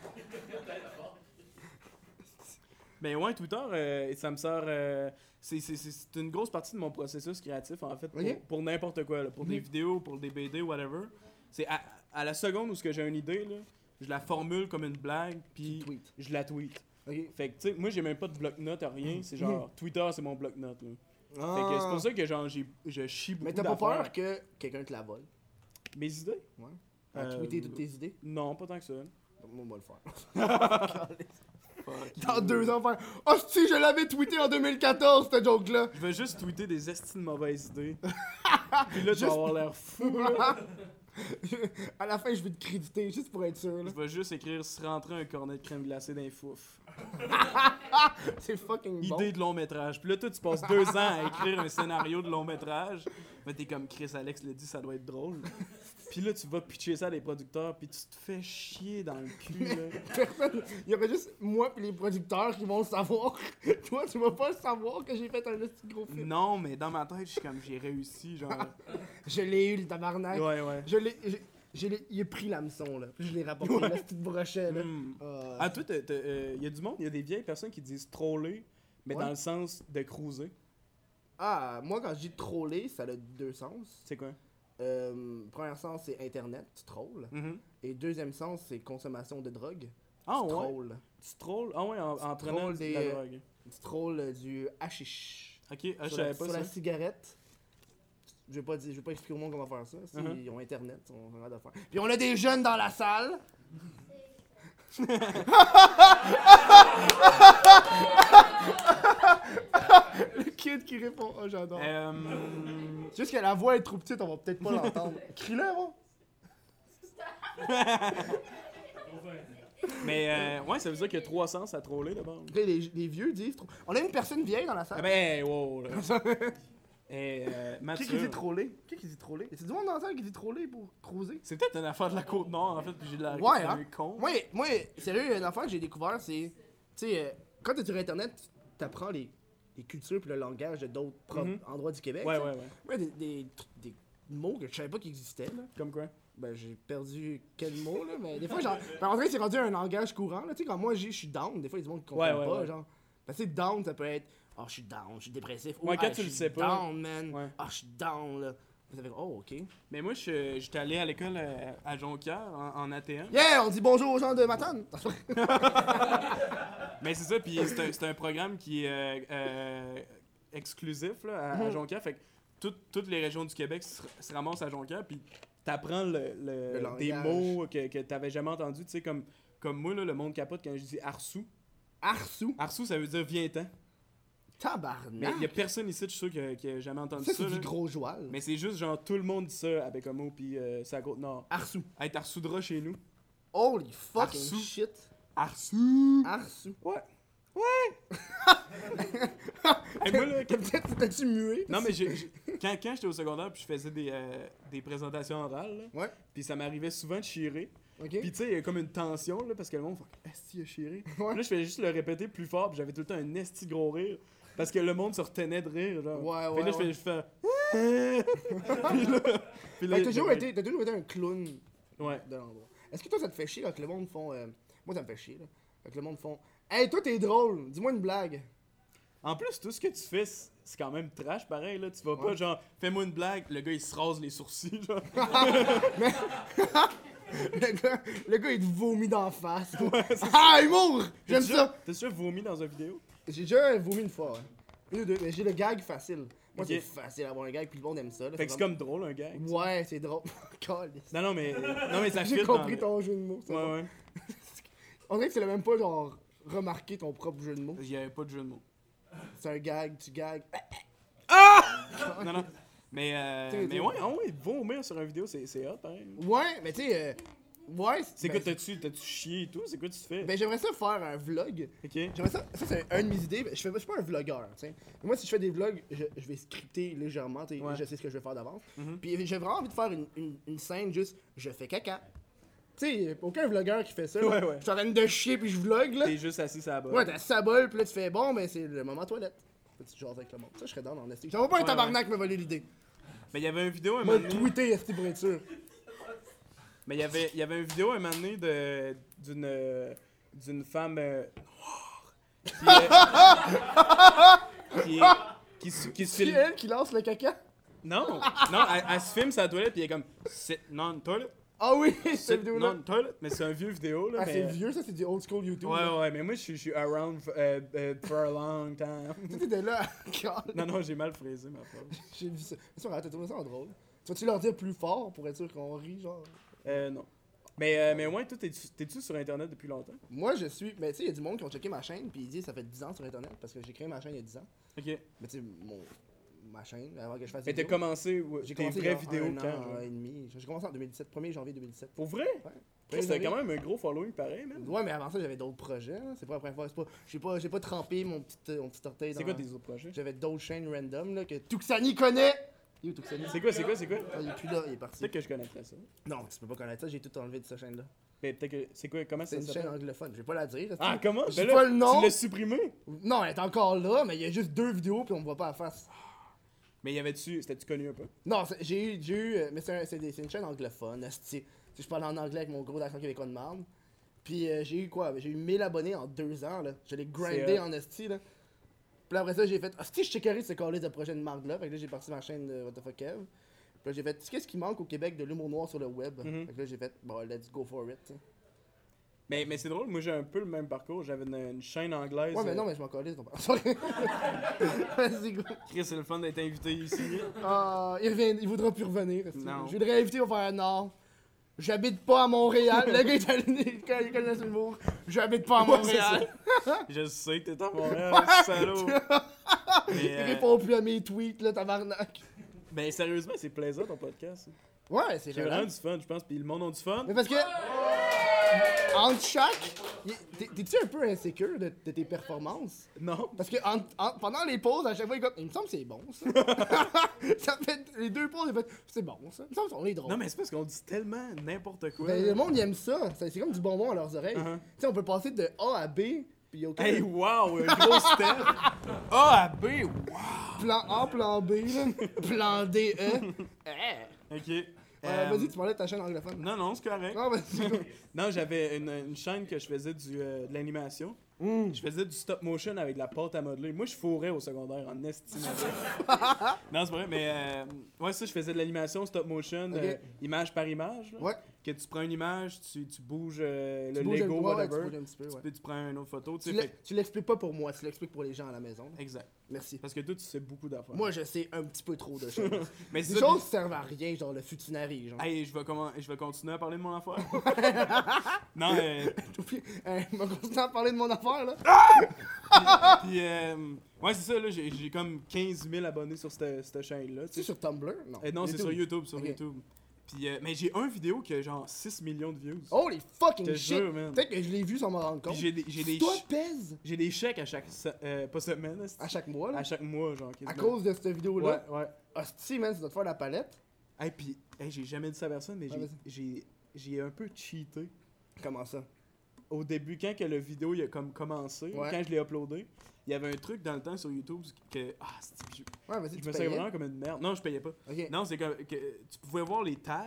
mais ouais, Twitter, euh, ça me sert. euh, c'est- c'est- c'est c'est une grosse partie de mon processus créatif, en fait, pour,
Ok. Mhm.
pour n'importe quoi, là, pour des vidéos, pour des BD, whatever. C'est à, à la seconde où ce que j'ai une idée, là, je la formule comme une blague, puis
tweets.
je la tweet.
Ok.
Fait que, tu sais, moi, j'ai même pas de bloc-notes à rien. C'est genre, Twitter, c'est mon bloc-notes, là. Fait que c'est
Hmm. Ah.
pour ça que, genre, j'ai- je chie beaucoup
Mais t'as pas peur
d'affaires.
que quelqu'un te la vole?
Mes idées?
Ouais.
Euh,
Euh, tweeter toutes tes
(laughs)
idées?
Non, pas tant que ça.
Moi, on va le faire. (laughs) Dans deux ans, faire « Oh, si, je l'avais tweeté en 2014, cette joke-là! (laughs)
Je vais juste tweeter des estimes de mauvaises idées. Puis là, tu
Juste-
vas avoir l'air fou. »
À la fin, je vais te créditer, juste pour être sûr. là.
Je vais juste écrire « Se rentrer un cornet de crème glacée d'un fouf.
C'est fucking bon.
Idée de long métrage. Puis là, toi, tu passes deux ans à écrire un scénario de long métrage. Mais t'es comme Chris Alex le dit, ça doit être drôle. Puis là, tu vas pitcher ça à des producteurs, puis tu te fais chier dans le cul. là.
Personne- Il y aurait juste moi et les producteurs qui vont le savoir. (laughs) Toi, tu vas pas le savoir que j'ai fait un petit gros film. (laughs)
Non, mais dans ma tête, je suis comme j'ai réussi, genre.
Je l'ai eu, le tabarnak.
Ouais, ouais.
Je l'ai... je- j'ai les- il a pris l'hameçon, là. Puis Je l'ai rapporté, là, cette petite brochet, là.
Hmm.
Ah.
Ah, toi, il y a du monde, il y a des vieilles personnes qui disent troller, mais
Ouais.
dans le sens de cruiser.
Ah, moi, quand je dis troller, ça a deux sens.
C'est quoi?
Euh, premier sens, c'est Internet, tu trolls.
Mhm.
Et deuxième sens, c'est consommation de drogue.
Ah,
tu
ouais.
trolls.
Tu trolls? Ah, ouais, en, en
Tu
prenant
trolls
de
des-
la drogue.
Tu trolls euh, du hashish.
Ok, ah, je
sur la,
savais pas
sur
ça.
la cigarette. Je vais pas dire, je vais pas expliquer au monde comment faire ça. Si
Mhm.
Ils ont internet, ils ont rien à faire. Puis on a des jeunes dans la salle. (laughs)
Le kid qui répond, oh j'adore.
Euh,
Juste que la voix est trop petite, on va peut-être pas
(laughs)
l'entendre. Crie-le, hein.
mais euh, ouais, ça veut dire qu'il y a trois sens à troller d'abord.
Puis Les, les vieux disent. trop- On a une personne vieille dans la
Ah
salle.
ben,
(laughs)
wow, là. Eh, euh,
qui qui dit
mature.
troller Qui qui dit troller C'est du monde dans la salle qui dit troller pour croiser.
C'est peut-être une affaire de la Côte-Nord, en fait, puis j'ai de la
Ouais,
un
hein.
con.
Moi, moi, sérieux, une affaire que j'ai découvert, c'est. Tu sais, euh, quand t'es sur internet, t'apprends les, les cultures puis le langage de d'autres pro-
Mhm.
endroits du Québec.
ouais,
tu sais.
ouais, ouais.
Ouais, des, des, des mots que je savais pas qu'ils existaient, là.
Comme quoi?
Ben, j'ai perdu quel mot, là, mais des fois,
(laughs)
genre. Ben, en vrai, c'est rendu un langage courant, là. Tu sais, quand moi, j'ai- je suis down, des fois, il y a du monde qui comprend
Ouais, ouais,
pas,
ouais.
genre. Ben, tu sais, down, ça peut être. Oh, je suis down, je suis dépressif. Ou,
Ouais, quand
ah,
tu le
je suis
sais pas.
Down, man.
Ouais.
Ah, je suis down, là. Ça fait, oh, ok.
Mais moi, je- j'étais allé à l'école euh, à Jonquière, en, en ATM.
Yeah, on dit bonjour aux gens de Matane.
Mais c'est ça, puis c'est un, c'est un programme qui est euh, euh, exclusif là, à, à Jonquière. Fait que toutes- toutes les régions du Québec se, se ramassent à Jonquière, puis t'apprends le, le-
Le langage.
des mots que, que t'avais jamais entendus. Tu sais, comme, comme moi, là, le monde capote quand je dis arsou.
Arsou.
Arsou, ça veut dire viens-t'en. Mais
Tabarnak.
il y a personne ici, je suis sûr, que- qui a jamais entendu
Ah. Ça,
ça.
c'est du
là.
gros joual.
Mais c'est juste genre tout le monde dit ça avec un mot, puis euh, c'est à Côte-Nord.
Arsou.
Hey, t'arsoudras chez nous.
Holy fucking
Arsou.
shit.
Arsou!
Arsou.
Ouais. Ouais! (laughs) Et moi,
(laughs)
là, quand-
T'as-tu mué?
Non, mais j'ai- j'ai- quand, quand j'étais au secondaire, puis je faisais des, euh, des présentations orales, là,
Ouais.
puis ça m'arrivait souvent de chirer.
Ok.
Puis tu sais, il y a comme une tension, là, parce que le monde fait Esti, il a chiré.
Ouais.
Là, je faisais juste le répéter plus fort, puis j'avais tout le temps un Esti de gros rire, parce que le monde se retenait de rire. Genre.
Ouais,
Fait
ouais.
que là, je fais-
ouais.
je
(laughs)
fais. (laughs) puis là. Puis là
Fait que T'as toujours,
j'avais-
été- t'as toujours été un clown
Ouais.
de l'endroit. Est-ce que toi, ça te fait chier quand le monde font. euh, Moi, ça me fait chier, là. Fait que le monde font. Hey, toi, t'es drôle. Dis-moi une blague. (laughs)
En plus, tout ce que tu fais, c'est c'est quand même trash pareil. Là. Tu vas pas
Ouais.
genre, fais-moi une blague, le gars il se rase les sourcils.
(laughs)
Genre.
le, gars, le gars, il te vomit d'en face. ah, humour! J'aime
T'as
ça.
déjà- T'as déjà vomi dans une vidéo?
J'ai déjà vomi une fois, ouais. Une ou deux, mais j'ai le gag facile. Moi,
Ok.
c'est facile d'avoir un gag, puis le monde aime ça. Là,
Fait que c'est
vraiment-
comme drôle un gars.
Ouais, c'est drôle. (laughs) Calisse.
Non, non, (laughs) mais, non, mais ça
J'ai
fit
compris
dans
ton jeu de mots. c'est
le-
bon.
Ouais, ouais.
On dirait que tu l'as même pas genre remarqué ton propre jeu de mots.
Il y avait pas de jeu de mots.
C'est un gag, tu gags. Ben,
Non, non. Mais,
(laughs)
euh,
T'es-
mais
t'es-
ouais, ah ouais, vomir sur une vidéo, c'est c'est hot, pareil.
Ouais, mais tu sais, euh, ouais.
C'est
ben,
quoi, t'as-tu t'as-tu chié et tout? C'est quoi tu fais?
Ben j'aimerais ça faire un vlog.
ok.
J'aimerais ça. Ça c'est un de mes idées. mais Je fais je suis pas un vlogueur, tu sais. Mais Moi si je fais des vlogs, je, je vais scripter légèrement, tu sais,
Ouais.
je sais ce que je vais faire d'avance.
Mhm.
Puis j'ai vraiment envie de faire une, une, une scène juste je fais caca. Tu sais, aucun vlogueur qui fait ça. là.
Ouais, ouais.
Je suis en train de chier puis je vlog là.
T'es juste assis à la
Ouais, t'as sa bol, puis là tu fais bon, mais c'est le moment toilette. Petit genre avec le monde. Ça, je serais dans en esti. J'en vois pas un
Ouais,
tabarnak me voler l'idée.
Mais il y avait une vidéo un
Moi,
moment donné-
tweeter esti pour être sûr.
Mais il y avait, il y avait une vidéo un moment donné de- d'une euh, d'une femme euh, noire qui, euh, (laughs) qui, qui, se- qui se
C'est
filme.
elle qui lance le caca?
Non, non, elle, elle se filme sa toilette puis elle est comme sit non toilet,
Ah oui, (laughs) cette
sit
vidéo-là.
non toilet. Mais c'est un vieux vidéo là.
Ah,
mais-
c'est vieux, ça, c'est du old school YouTube. là.
Ouais ouais, mais moi je suis- je suis around euh, euh, for a long time. (laughs)
Tu étais là, (laughs) God,
Non non, j'ai mal phrasé ma phrase.
j'ai vu ça. Mais ça, t'as trouvé ça drôle. Tu vas-tu leur dire plus fort pour être sûr qu'on rit, genre?
Euh, non. Mais euh, mais ouais, toi t'es-tu t'es-tu sur internet depuis longtemps
Moi, je suis. Mais tu sais, il y a du monde qui ont checké ma chaîne, puis ils disent ça fait 10 ans sur Internet, parce que j'ai créé ma chaîne il y a 10 ans.
OK.
Mais tu sais, mon... ma chaîne, avant que je fasse. des
Mais t'as
vidéos,
commencé ouais,
J'ai
tes
commencé
vraies
genre
vidéos
un
quand
an,
genre?
un an et demi. J'ai commencé en 2017, 1er janvier 2017.
Pour vrai
Premier
C'était
janvier.
quand même un gros following pareil, man.
Ouais, mais avant ça, j'avais d'autres projets. hein. C'est pas la première fois. C'est pas... J'ai pas... j'ai pas trempé mon petit, euh, mon petit orteil dans...
C'est quoi tes autres projets?
J'avais d'autres chaînes random là, que Tuxani connaît. Yo, Tuxani.
C'est quoi, c'est quoi, c'est quoi?
Ah, il est plus là, il est parti.
Peut-être que je connaîtrais ça.
Non, tu peux pas connaître ça, j'ai tout enlevé de cette chaîne-là.
Mais peut-être que. C'est quoi, comment
C'est
ça
une chaîne
s'appelle?
anglophone, je vais pas la dire. est-ce que-
Ah, comment?
Je
Ben
dis
là,
pas le nom.
Tu l'as supprimé?
Non, elle est encore là, mais il y a juste deux vidéos puis on me voit pas la face.
Mais y avait-tu. C'était-tu connu un peu?
Non, c'est- j'ai eu, j'ai eu, euh, mais c'est un- c'est des- c'est une chaîne anglophone, esti. Tu sais, je parlais en anglais avec mon gros accent québécois de marde. Puis euh, j'ai eu quoi? J'ai eu 1000 abonnés en deux ans, là. Je l'ai grindé
C'est
en esti, là. Puis après ça, j'ai fait, si je checkerai ce collé de projet de marde là. Fait que là, j'ai parti ma chaîne de What the fuck Kev. Puis là, j'ai fait, qu'est-ce qui manque au Québec de l'humour noir sur le web?
Mhm.
Fait que là, j'ai fait, bon, let's go for it. tu sais.
Mais, mais c'est drôle, moi j'ai un peu le même parcours. J'avais une, une chaîne anglaise.
Ouais, mais
euh,
non, mais je m'en collais, ton père. (laughs) Sorry. Vas-y, go.
Chris, c'est le fun d'être
(laughs)
invité ici.
Ah, il, revient, il voudra plus revenir.
Non.
Je vais le réinviter, on va faire non. J'habite pas à Montréal. le gars, il est allé- (laughs) quand il connaît l'humour. J'habite pas à
Ouais, c'est
Montréal.
Je sais que t'es à Montréal,
(laughs)
salaud. mais,
Il
euh,
répond plus à mes tweets, là, tabarnak.
ben, sérieusement, c'est plaisant ton podcast.
Ouais, c'est
J'ai
vrai.
vraiment du fun, je pense. Puis le monde a du fun.
Mais parce que. Entre chaque. y- t'es- T'es-tu un peu insécure de, de tes performances?
Non.
Parce que en- en- pendant les pauses, à chaque fois, il est comme, il me semble que c'est bon, ça. (laughs) ça fait les deux pauses, il fait, c'est bon, ça. Il me semble qu'on est drôle.
Non, mais c'est parce qu'on dit tellement n'importe quoi.
Ben, le monde, il aime ça. C'est c'est comme du bonbon à leurs oreilles.
Uh-huh.
Tu sais, on peut passer de A à B, puis il y a aucun
Hey, wow, un gros step. A à B, wow.
plan A, plan B, là,
(laughs)
plan D, E.
Ok.
Euh,
Euh,
Vas-y, tu parlais de ta chaîne anglophone.
Non, non, c'est correct. (laughs)
Non, vas-y. go.
Non, j'avais une, une chaîne que je faisais du, euh, de l'animation. Je faisais du stop motion avec de la pâte à modeler. Moi, je fourrais au secondaire en estime. non, c'est vrai, mais euh, ouais, ça, je faisais de l'animation stop motion,
Ok.
euh, image par image. là.
Ouais.
Que tu prends une image, tu, tu bouges euh, le
Tu bouges un-
Lego,
ouais, ouais,
whatever.
tu bouges un petit peu, ouais.
tu, peux- tu prends une autre photo, tu
Tu
sais.
l'e-
fait-
Tu l'expliques pas pour moi, tu l'expliques pour les gens à la maison. là.
Exact.
Merci.
Parce que toi, tu sais beaucoup d'affaires.
Moi, je sais un petit peu trop de choses.
mais (laughs) c'est
Des
ça,
choses qui servent à rien, genre le futinari, genre.
Hey, je vais, comment... je vais continuer à parler de mon
(laughs)
affaire. non, mais.
Puis, euh, on va continuer à parler de mon affaire, là.
Ah! Puis, euh, ouais, c'est ça, là, j'ai j'ai comme 15 000 abonnés sur cette, cette chaîne-là. tu sais.
C'est sur Tumblr? Non.
Euh, non, c'est sur YouTube, sur
Ok.
YouTube. Puis, euh, mais j'ai un vidéo qui a genre 6 millions de views.
Holy fucking
Je te
shit!
jure, man.
Peut-être que je l'ai vu sans m'en rendre
Puis
compte.
j'ai des, j'ai des
Toi,
ch-
pèse
j'ai des chèques à chaque, se- euh, pas semaine, là, c'est-
à chaque mois, là.
à chaque mois, genre. quasiment.
À cause de cette vidéo-là.
Ouais, ouais.
Hostie, man, tu dois te faire la palette.
Hey, puis, hey, j'ai jamais dit ça à personne, mais
Ouais,
j'ai-
vas-y.
j'ai, j'ai un peu cheaté.
Comment ça?
Au début, quand que le vidéo il a comme commencé,
Ouais.
quand je l'ai uploadé, il y avait un truc dans le temps sur YouTube que. Ah, c'est- je,
Ouais, vas-y,
je
tu
me sentais
payais.
vraiment comme une merde. Non, je payais pas.
Ok.
Non, c'est comme que tu pouvais voir les tags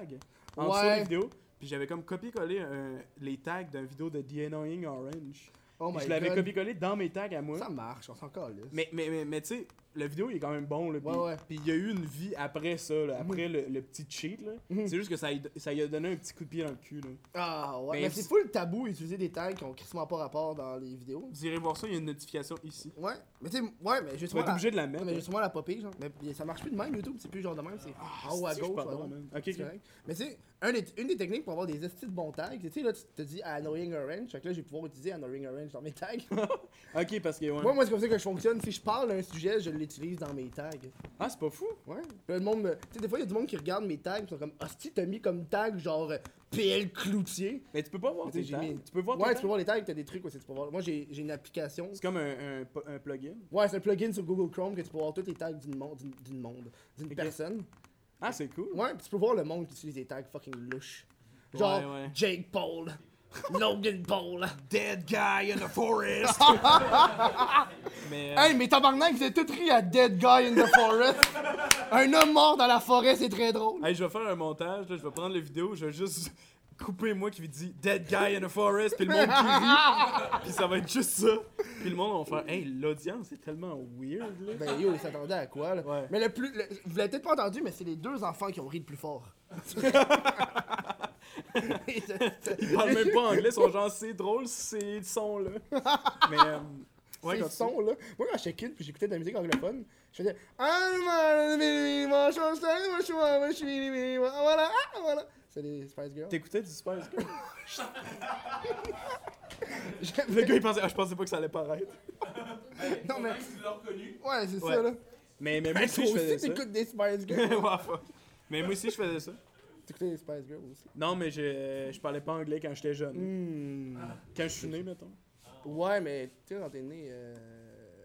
en
Ouais.
dessous de la vidéo. Puis j'avais comme copié-collé euh, les tags d'une vidéo de The Annoying Orange.
Oh
Puis
my
je l'avais
God.
copié-collé dans mes tags à moi.
Ça marche, on s'en calisse.
Mais, mais, mais, mais tu sais, le vidéo il est quand même bon. Là, puis-
Ouais, ouais. Mm.
Puis il y a eu une vie après ça, là, après le, le petit cheat. là.
Mhm.
C'est juste que ça, y- ça lui a donné un petit coup de pied dans le cul. Là.
Ah ouais,
Mais
mais,
c'est-
c'est fou le tabou d'utiliser des tags qui ont quasiment pas rapport dans les vidéos.
Vous irez voir ça, il y a une notification ici.
Ouais, mais tu sais, ouais, mais
Tu vas
justement.
être
la-
obligé de la
Non,
mettre. hein.
mais
là.
justement la popée, genre. Mais ça marche plus de même YouTube, c'est plus genre de même, c'est en haut à
Ah, Si, je suis
gauche.
pas
à
bon,
droite.
man. Ok,
C'est
ok.
correct. Mais tu sais, un des- une des techniques pour avoir des estis de bons tags, tu sais, là, tu te dis Annoying Orange, fait que là, je vais pouvoir utiliser Annoying Orange dans mes
(laughs)
tags.
Ok, parce que. ouais.
moi, moi, c'est comme ça que je fonctionne. Si je parle d'un sujet, je l'utilise dans mes tags.
Ah, c'est pas fou.
Ouais. Puis là, le monde me- Tu sais, des fois, il y a du monde qui regarde mes tags, ils sont comme, hostie, t'as mis comme tag genre euh, PL Cloutier.
Mais tu peux pas voir
Mais tu
tes
sais,
tags.
j'ai mis-
Tu peux voir tes
Ouais,
tags.
tu peux voir les tags, t'as des trucs aussi, tu peux voir. Moi, j'ai j'ai une application.
C'est comme un, un- un plugin.
Ouais, c'est un plugin sur Google Chrome que tu peux voir tous les tags d'une monde, d'une- d'une monde, d'une
Ok.
personne.
Ah, c'est cool.
Ouais, puis tu peux voir le monde qui utilise des tags fucking louches. Genre
Ouais, ouais.
Jake Paul, (laughs) Logan Paul.
Dead guy in the forest. (laughs) mais euh,
Hey, mais tabarnak, vous avez tous ri à Dead Guy in the Forest.
(laughs)
un homme mort dans la forêt, c'est très drôle.
hey, je vais faire un montage. là, je vais prendre la vidéo. Je vais juste couper moi qui dit Dead guy in the forest. Puis le monde qui (laughs) rit. Puis ça va être juste ça. Puis le monde va faire Hey, l'audience est tellement weird. Là.
Ben yo, il s'attendait à quoi là?
Ouais.
Mais le plus. le- vous l'avez peut-être pas entendu, mais c'est les deux enfants qui ont ri le plus
(laughs)
fort.
Ils parlent même pas anglais. Ils sont genre C'est drôle ces
(laughs)
sons-là. Mais euh, ouais,
Ces
continue.
sons là. Moi quand j'étais kid puis j'écoutais de la musique anglophone, je faisais Ah man, baby, moi, je suis un- moi, je suis un- moi, je suis- moi, voilà, ah, voilà. C'est les Spice Girls.
T'écoutais du Spice Girls?
J'aime-
Le gars, il pensait, ah, je pensais pas que ça allait paraître.
(laughs) Non, mais-
Même si tu l'as reconnu,
Ouais, c'est
Ouais.
ça là.
Mais, mais moi
Mais
aussi,
toi
je
aussi
faisais ça.
t'écoutes des Spice
(laughs)
Girls.
Ouais, fuck. Mais moi aussi, je faisais ça.
T'écoutais des Spice Girls aussi.
Non, mais je, je parlais pas anglais quand j'étais jeune. Ah.
Hmm.
Quand je suis né, mettons.
Ouais, mais tu sais, quand t'es né, euh,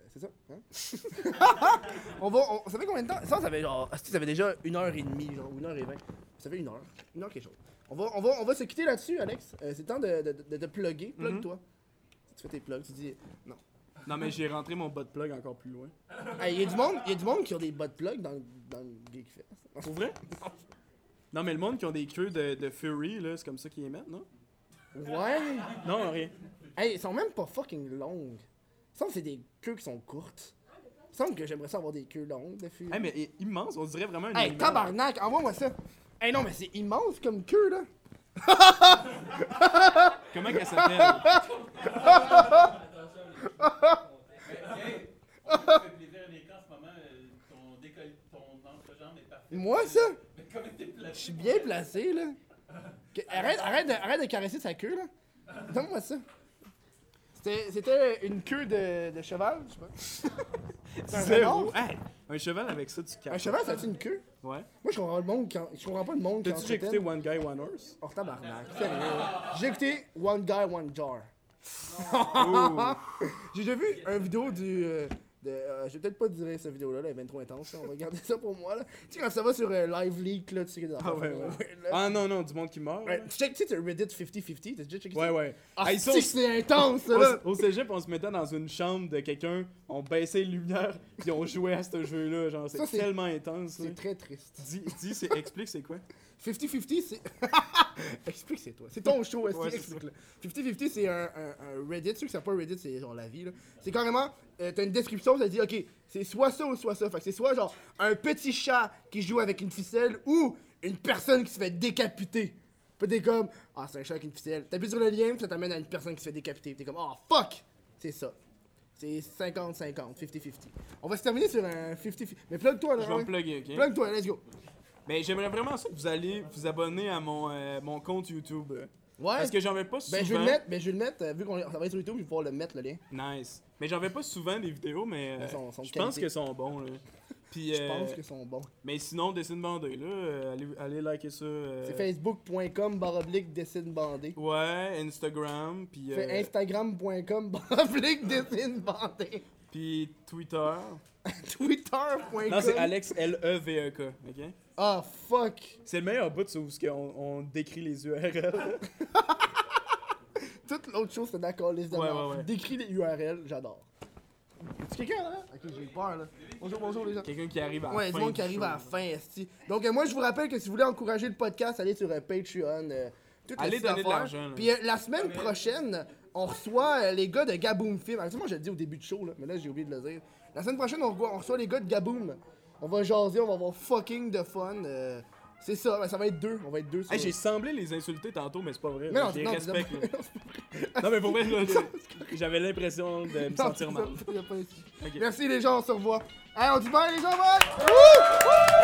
c'est ça, hein? (laughs) on va, on, ça fait combien de temps? Ça, ça fait genre, asti, ça fait déjà une heure et demie, genre, ou une heure et vingt. Ça fait une heure, une heure quelque chose. On va, on va, on va se quitter là-dessus, Alex. Euh, c'est le temps de, de, de te plugger.
Mm-hmm.
Plug-toi. Tu fais tes plugs, tu dis...
Non, mais j'ai rentré mon bot plug encore plus loin.
Hey, y a du monde, y a du monde qui ont des bas de plug dans, dans le geek fest.
Pour vrai? Non, mais le monde qui ont des queues de, de Fury, là, c'est comme ça qu'ils les mettent, non?
Ouais.
Non, rien.
Hey, ils sont même pas fucking longues. Il semble que c'est des queues qui sont courtes. Il semble que j'aimerais ça avoir des queues longues de filles.
Hey, Eh, mais i- immense, on dirait vraiment une.
Hey, tabarnak, envoie-moi ça. Hey, non, mais c'est immense comme queue, là.
Comment qu'elle s'appelle?
Hey, on te fait
(laughs)
plaisir à l'écran en ce moment. euh, Ton décolle, ton entrejambe est parfait.
Moi, ça?
Mais comment t'es placé?
Je suis bien placé, là. Que- Arrête, arrête, de, arrête de caresser sa queue, là. Donne-moi ça. C'était- C'était une queue de, de cheval, je sais pas. (laughs) C'est un
Zéro.
renard?
Hey, un cheval avec ça, tu capes.
Un cheval, ça a une queue?
Ouais.
Moi, je comprends, le monde quand, je comprends pas le monde qui
T'as-tu déjà écouté
entretient-
One Guy, One Horse?
Oh, tabarnak, sérieux. J'ai écouté One Guy, One Jar.
Oh.
(laughs) J'ai déjà vu un vidéo du. euh, de, euh, je vais peut-être pas dire cette vidéo-là, là, elle est bien trop intense, là, on va garder ça pour moi. Là. Tu sais, quand ça va sur euh, Live Leak, là, tu sais que des affaires
ouais,
comme ça, là.
Ah non, non, du monde qui meurt.
Euh. Ouais,
là.
Tu check, tu sais, t'as Reddit 50-50, t'as déjà checké
Ouais,
ça?
ouais.
Ah,
Hey, ça,
si,
on-
c'est intense, ça, là!
Au au cégep, on se mettait dans une chambre de quelqu'un, on baissait les lumières, puis on jouait à ce jeu-là. Genre,
Ça,
c'est
c'est-
tellement intense. là.
C'est très triste.
Dis, dis c'est- explique c'est quoi?
50-50, c'est. (laughs) Explique, c'est toi. C'est ton show,
Ouais,
est
c'est
explique-le. 50-50, c'est un, un- un Reddit. Ceux qui savent pas Reddit, c'est genre la vie, là. C'est carrément. euh, T'as une description, ça dit, ok, c'est soit ça ou soit ça. Fait que c'est soit genre un petit chat qui joue avec une ficelle ou une personne qui se fait décapiter. Puis t'es comme, ah, c'est un chat avec une ficelle. T'appuies sur le lien, puis ça t'amène à une personne qui se fait décapiter. T'es comme, oh fuck! C'est ça. C'est 50-50, 50-50. On va se terminer sur un 50-50. Mais plug-toi, là.
Je vais me
ouais.
plugger, ok?
Plug-toi, let's go.
Mais j'aimerais vraiment ça que vous allez vous abonner à mon, euh, mon compte YouTube. euh,
Ouais.
Parce que j'en vais pas souvent.
Ben je vais le mettre, ben je vais le mettre, euh, vu qu'on est- ça va être sur YouTube, je vais pouvoir le mettre le lien.
Nice. Mais j'en vais pas souvent des vidéos, mais euh,
Elles sont- sont de
je pense
qualité.
que sont bons.
(laughs)
Là. Puis,
Je pense
euh,
que sont bons.
Mais sinon, dessine bandé, là. euh, allez, allez liker ça. euh,
C'est facebook.com baroblique dessine bandé.
Ouais, Instagram, puis, euh,
Fait instagram.com (laughs) baroblique dessine bandé. (laughs)
puis Twitter.
Twitter.com.
Non, c'est Alex E L-E-V-E-K, ok?
Ah fuck.
C'est le meilleur bout, c'est où on, on décrit les URL.
Toute l'autre chose, c'est d'accord, les
Ouais,
demandes.
ouais, ouais.
Décris les URL, j'adore. C'est quelqu'un là Ok, j'ai peur là. Bonjour, bonjour les gens.
Quelqu'un qui arrive à la
Ouais,
fin
du monde
du
qui arrive
show.
à la fin, esti. Donc, euh, moi, je vous rappelle que si vous voulez encourager le podcast, allez sur euh, Patreon. euh, toute la
Allez
petite
donner de
affaire.
l'argent, là.
Puis euh, la semaine prochaine, on reçoit euh, les gars de Gaboom Film. Alors, tu sais, moi, je le dis au début du show, là, mais là, j'ai oublié de le dire. La semaine prochaine, on reçoit, on reçoit les gars de Gaboom. On va jaser, on va avoir fucking de fun. euh, c'est ça, ben, ça va être deux. On va être deux. sur-
Hey, j'ai semblé les insulter tantôt, mais c'est pas vrai.
Mais non,
là, je les
non,
respecte.
c'est-
là. non, mais pour
(laughs)
vrai, là, j'ai- j'avais l'impression de me
Non,
sentir mal.
c'est ça, y a pas de-
Ok.
Merci les gens, on se revoit. Allez, on dit bye les gens, bye! Wouh! Wouh!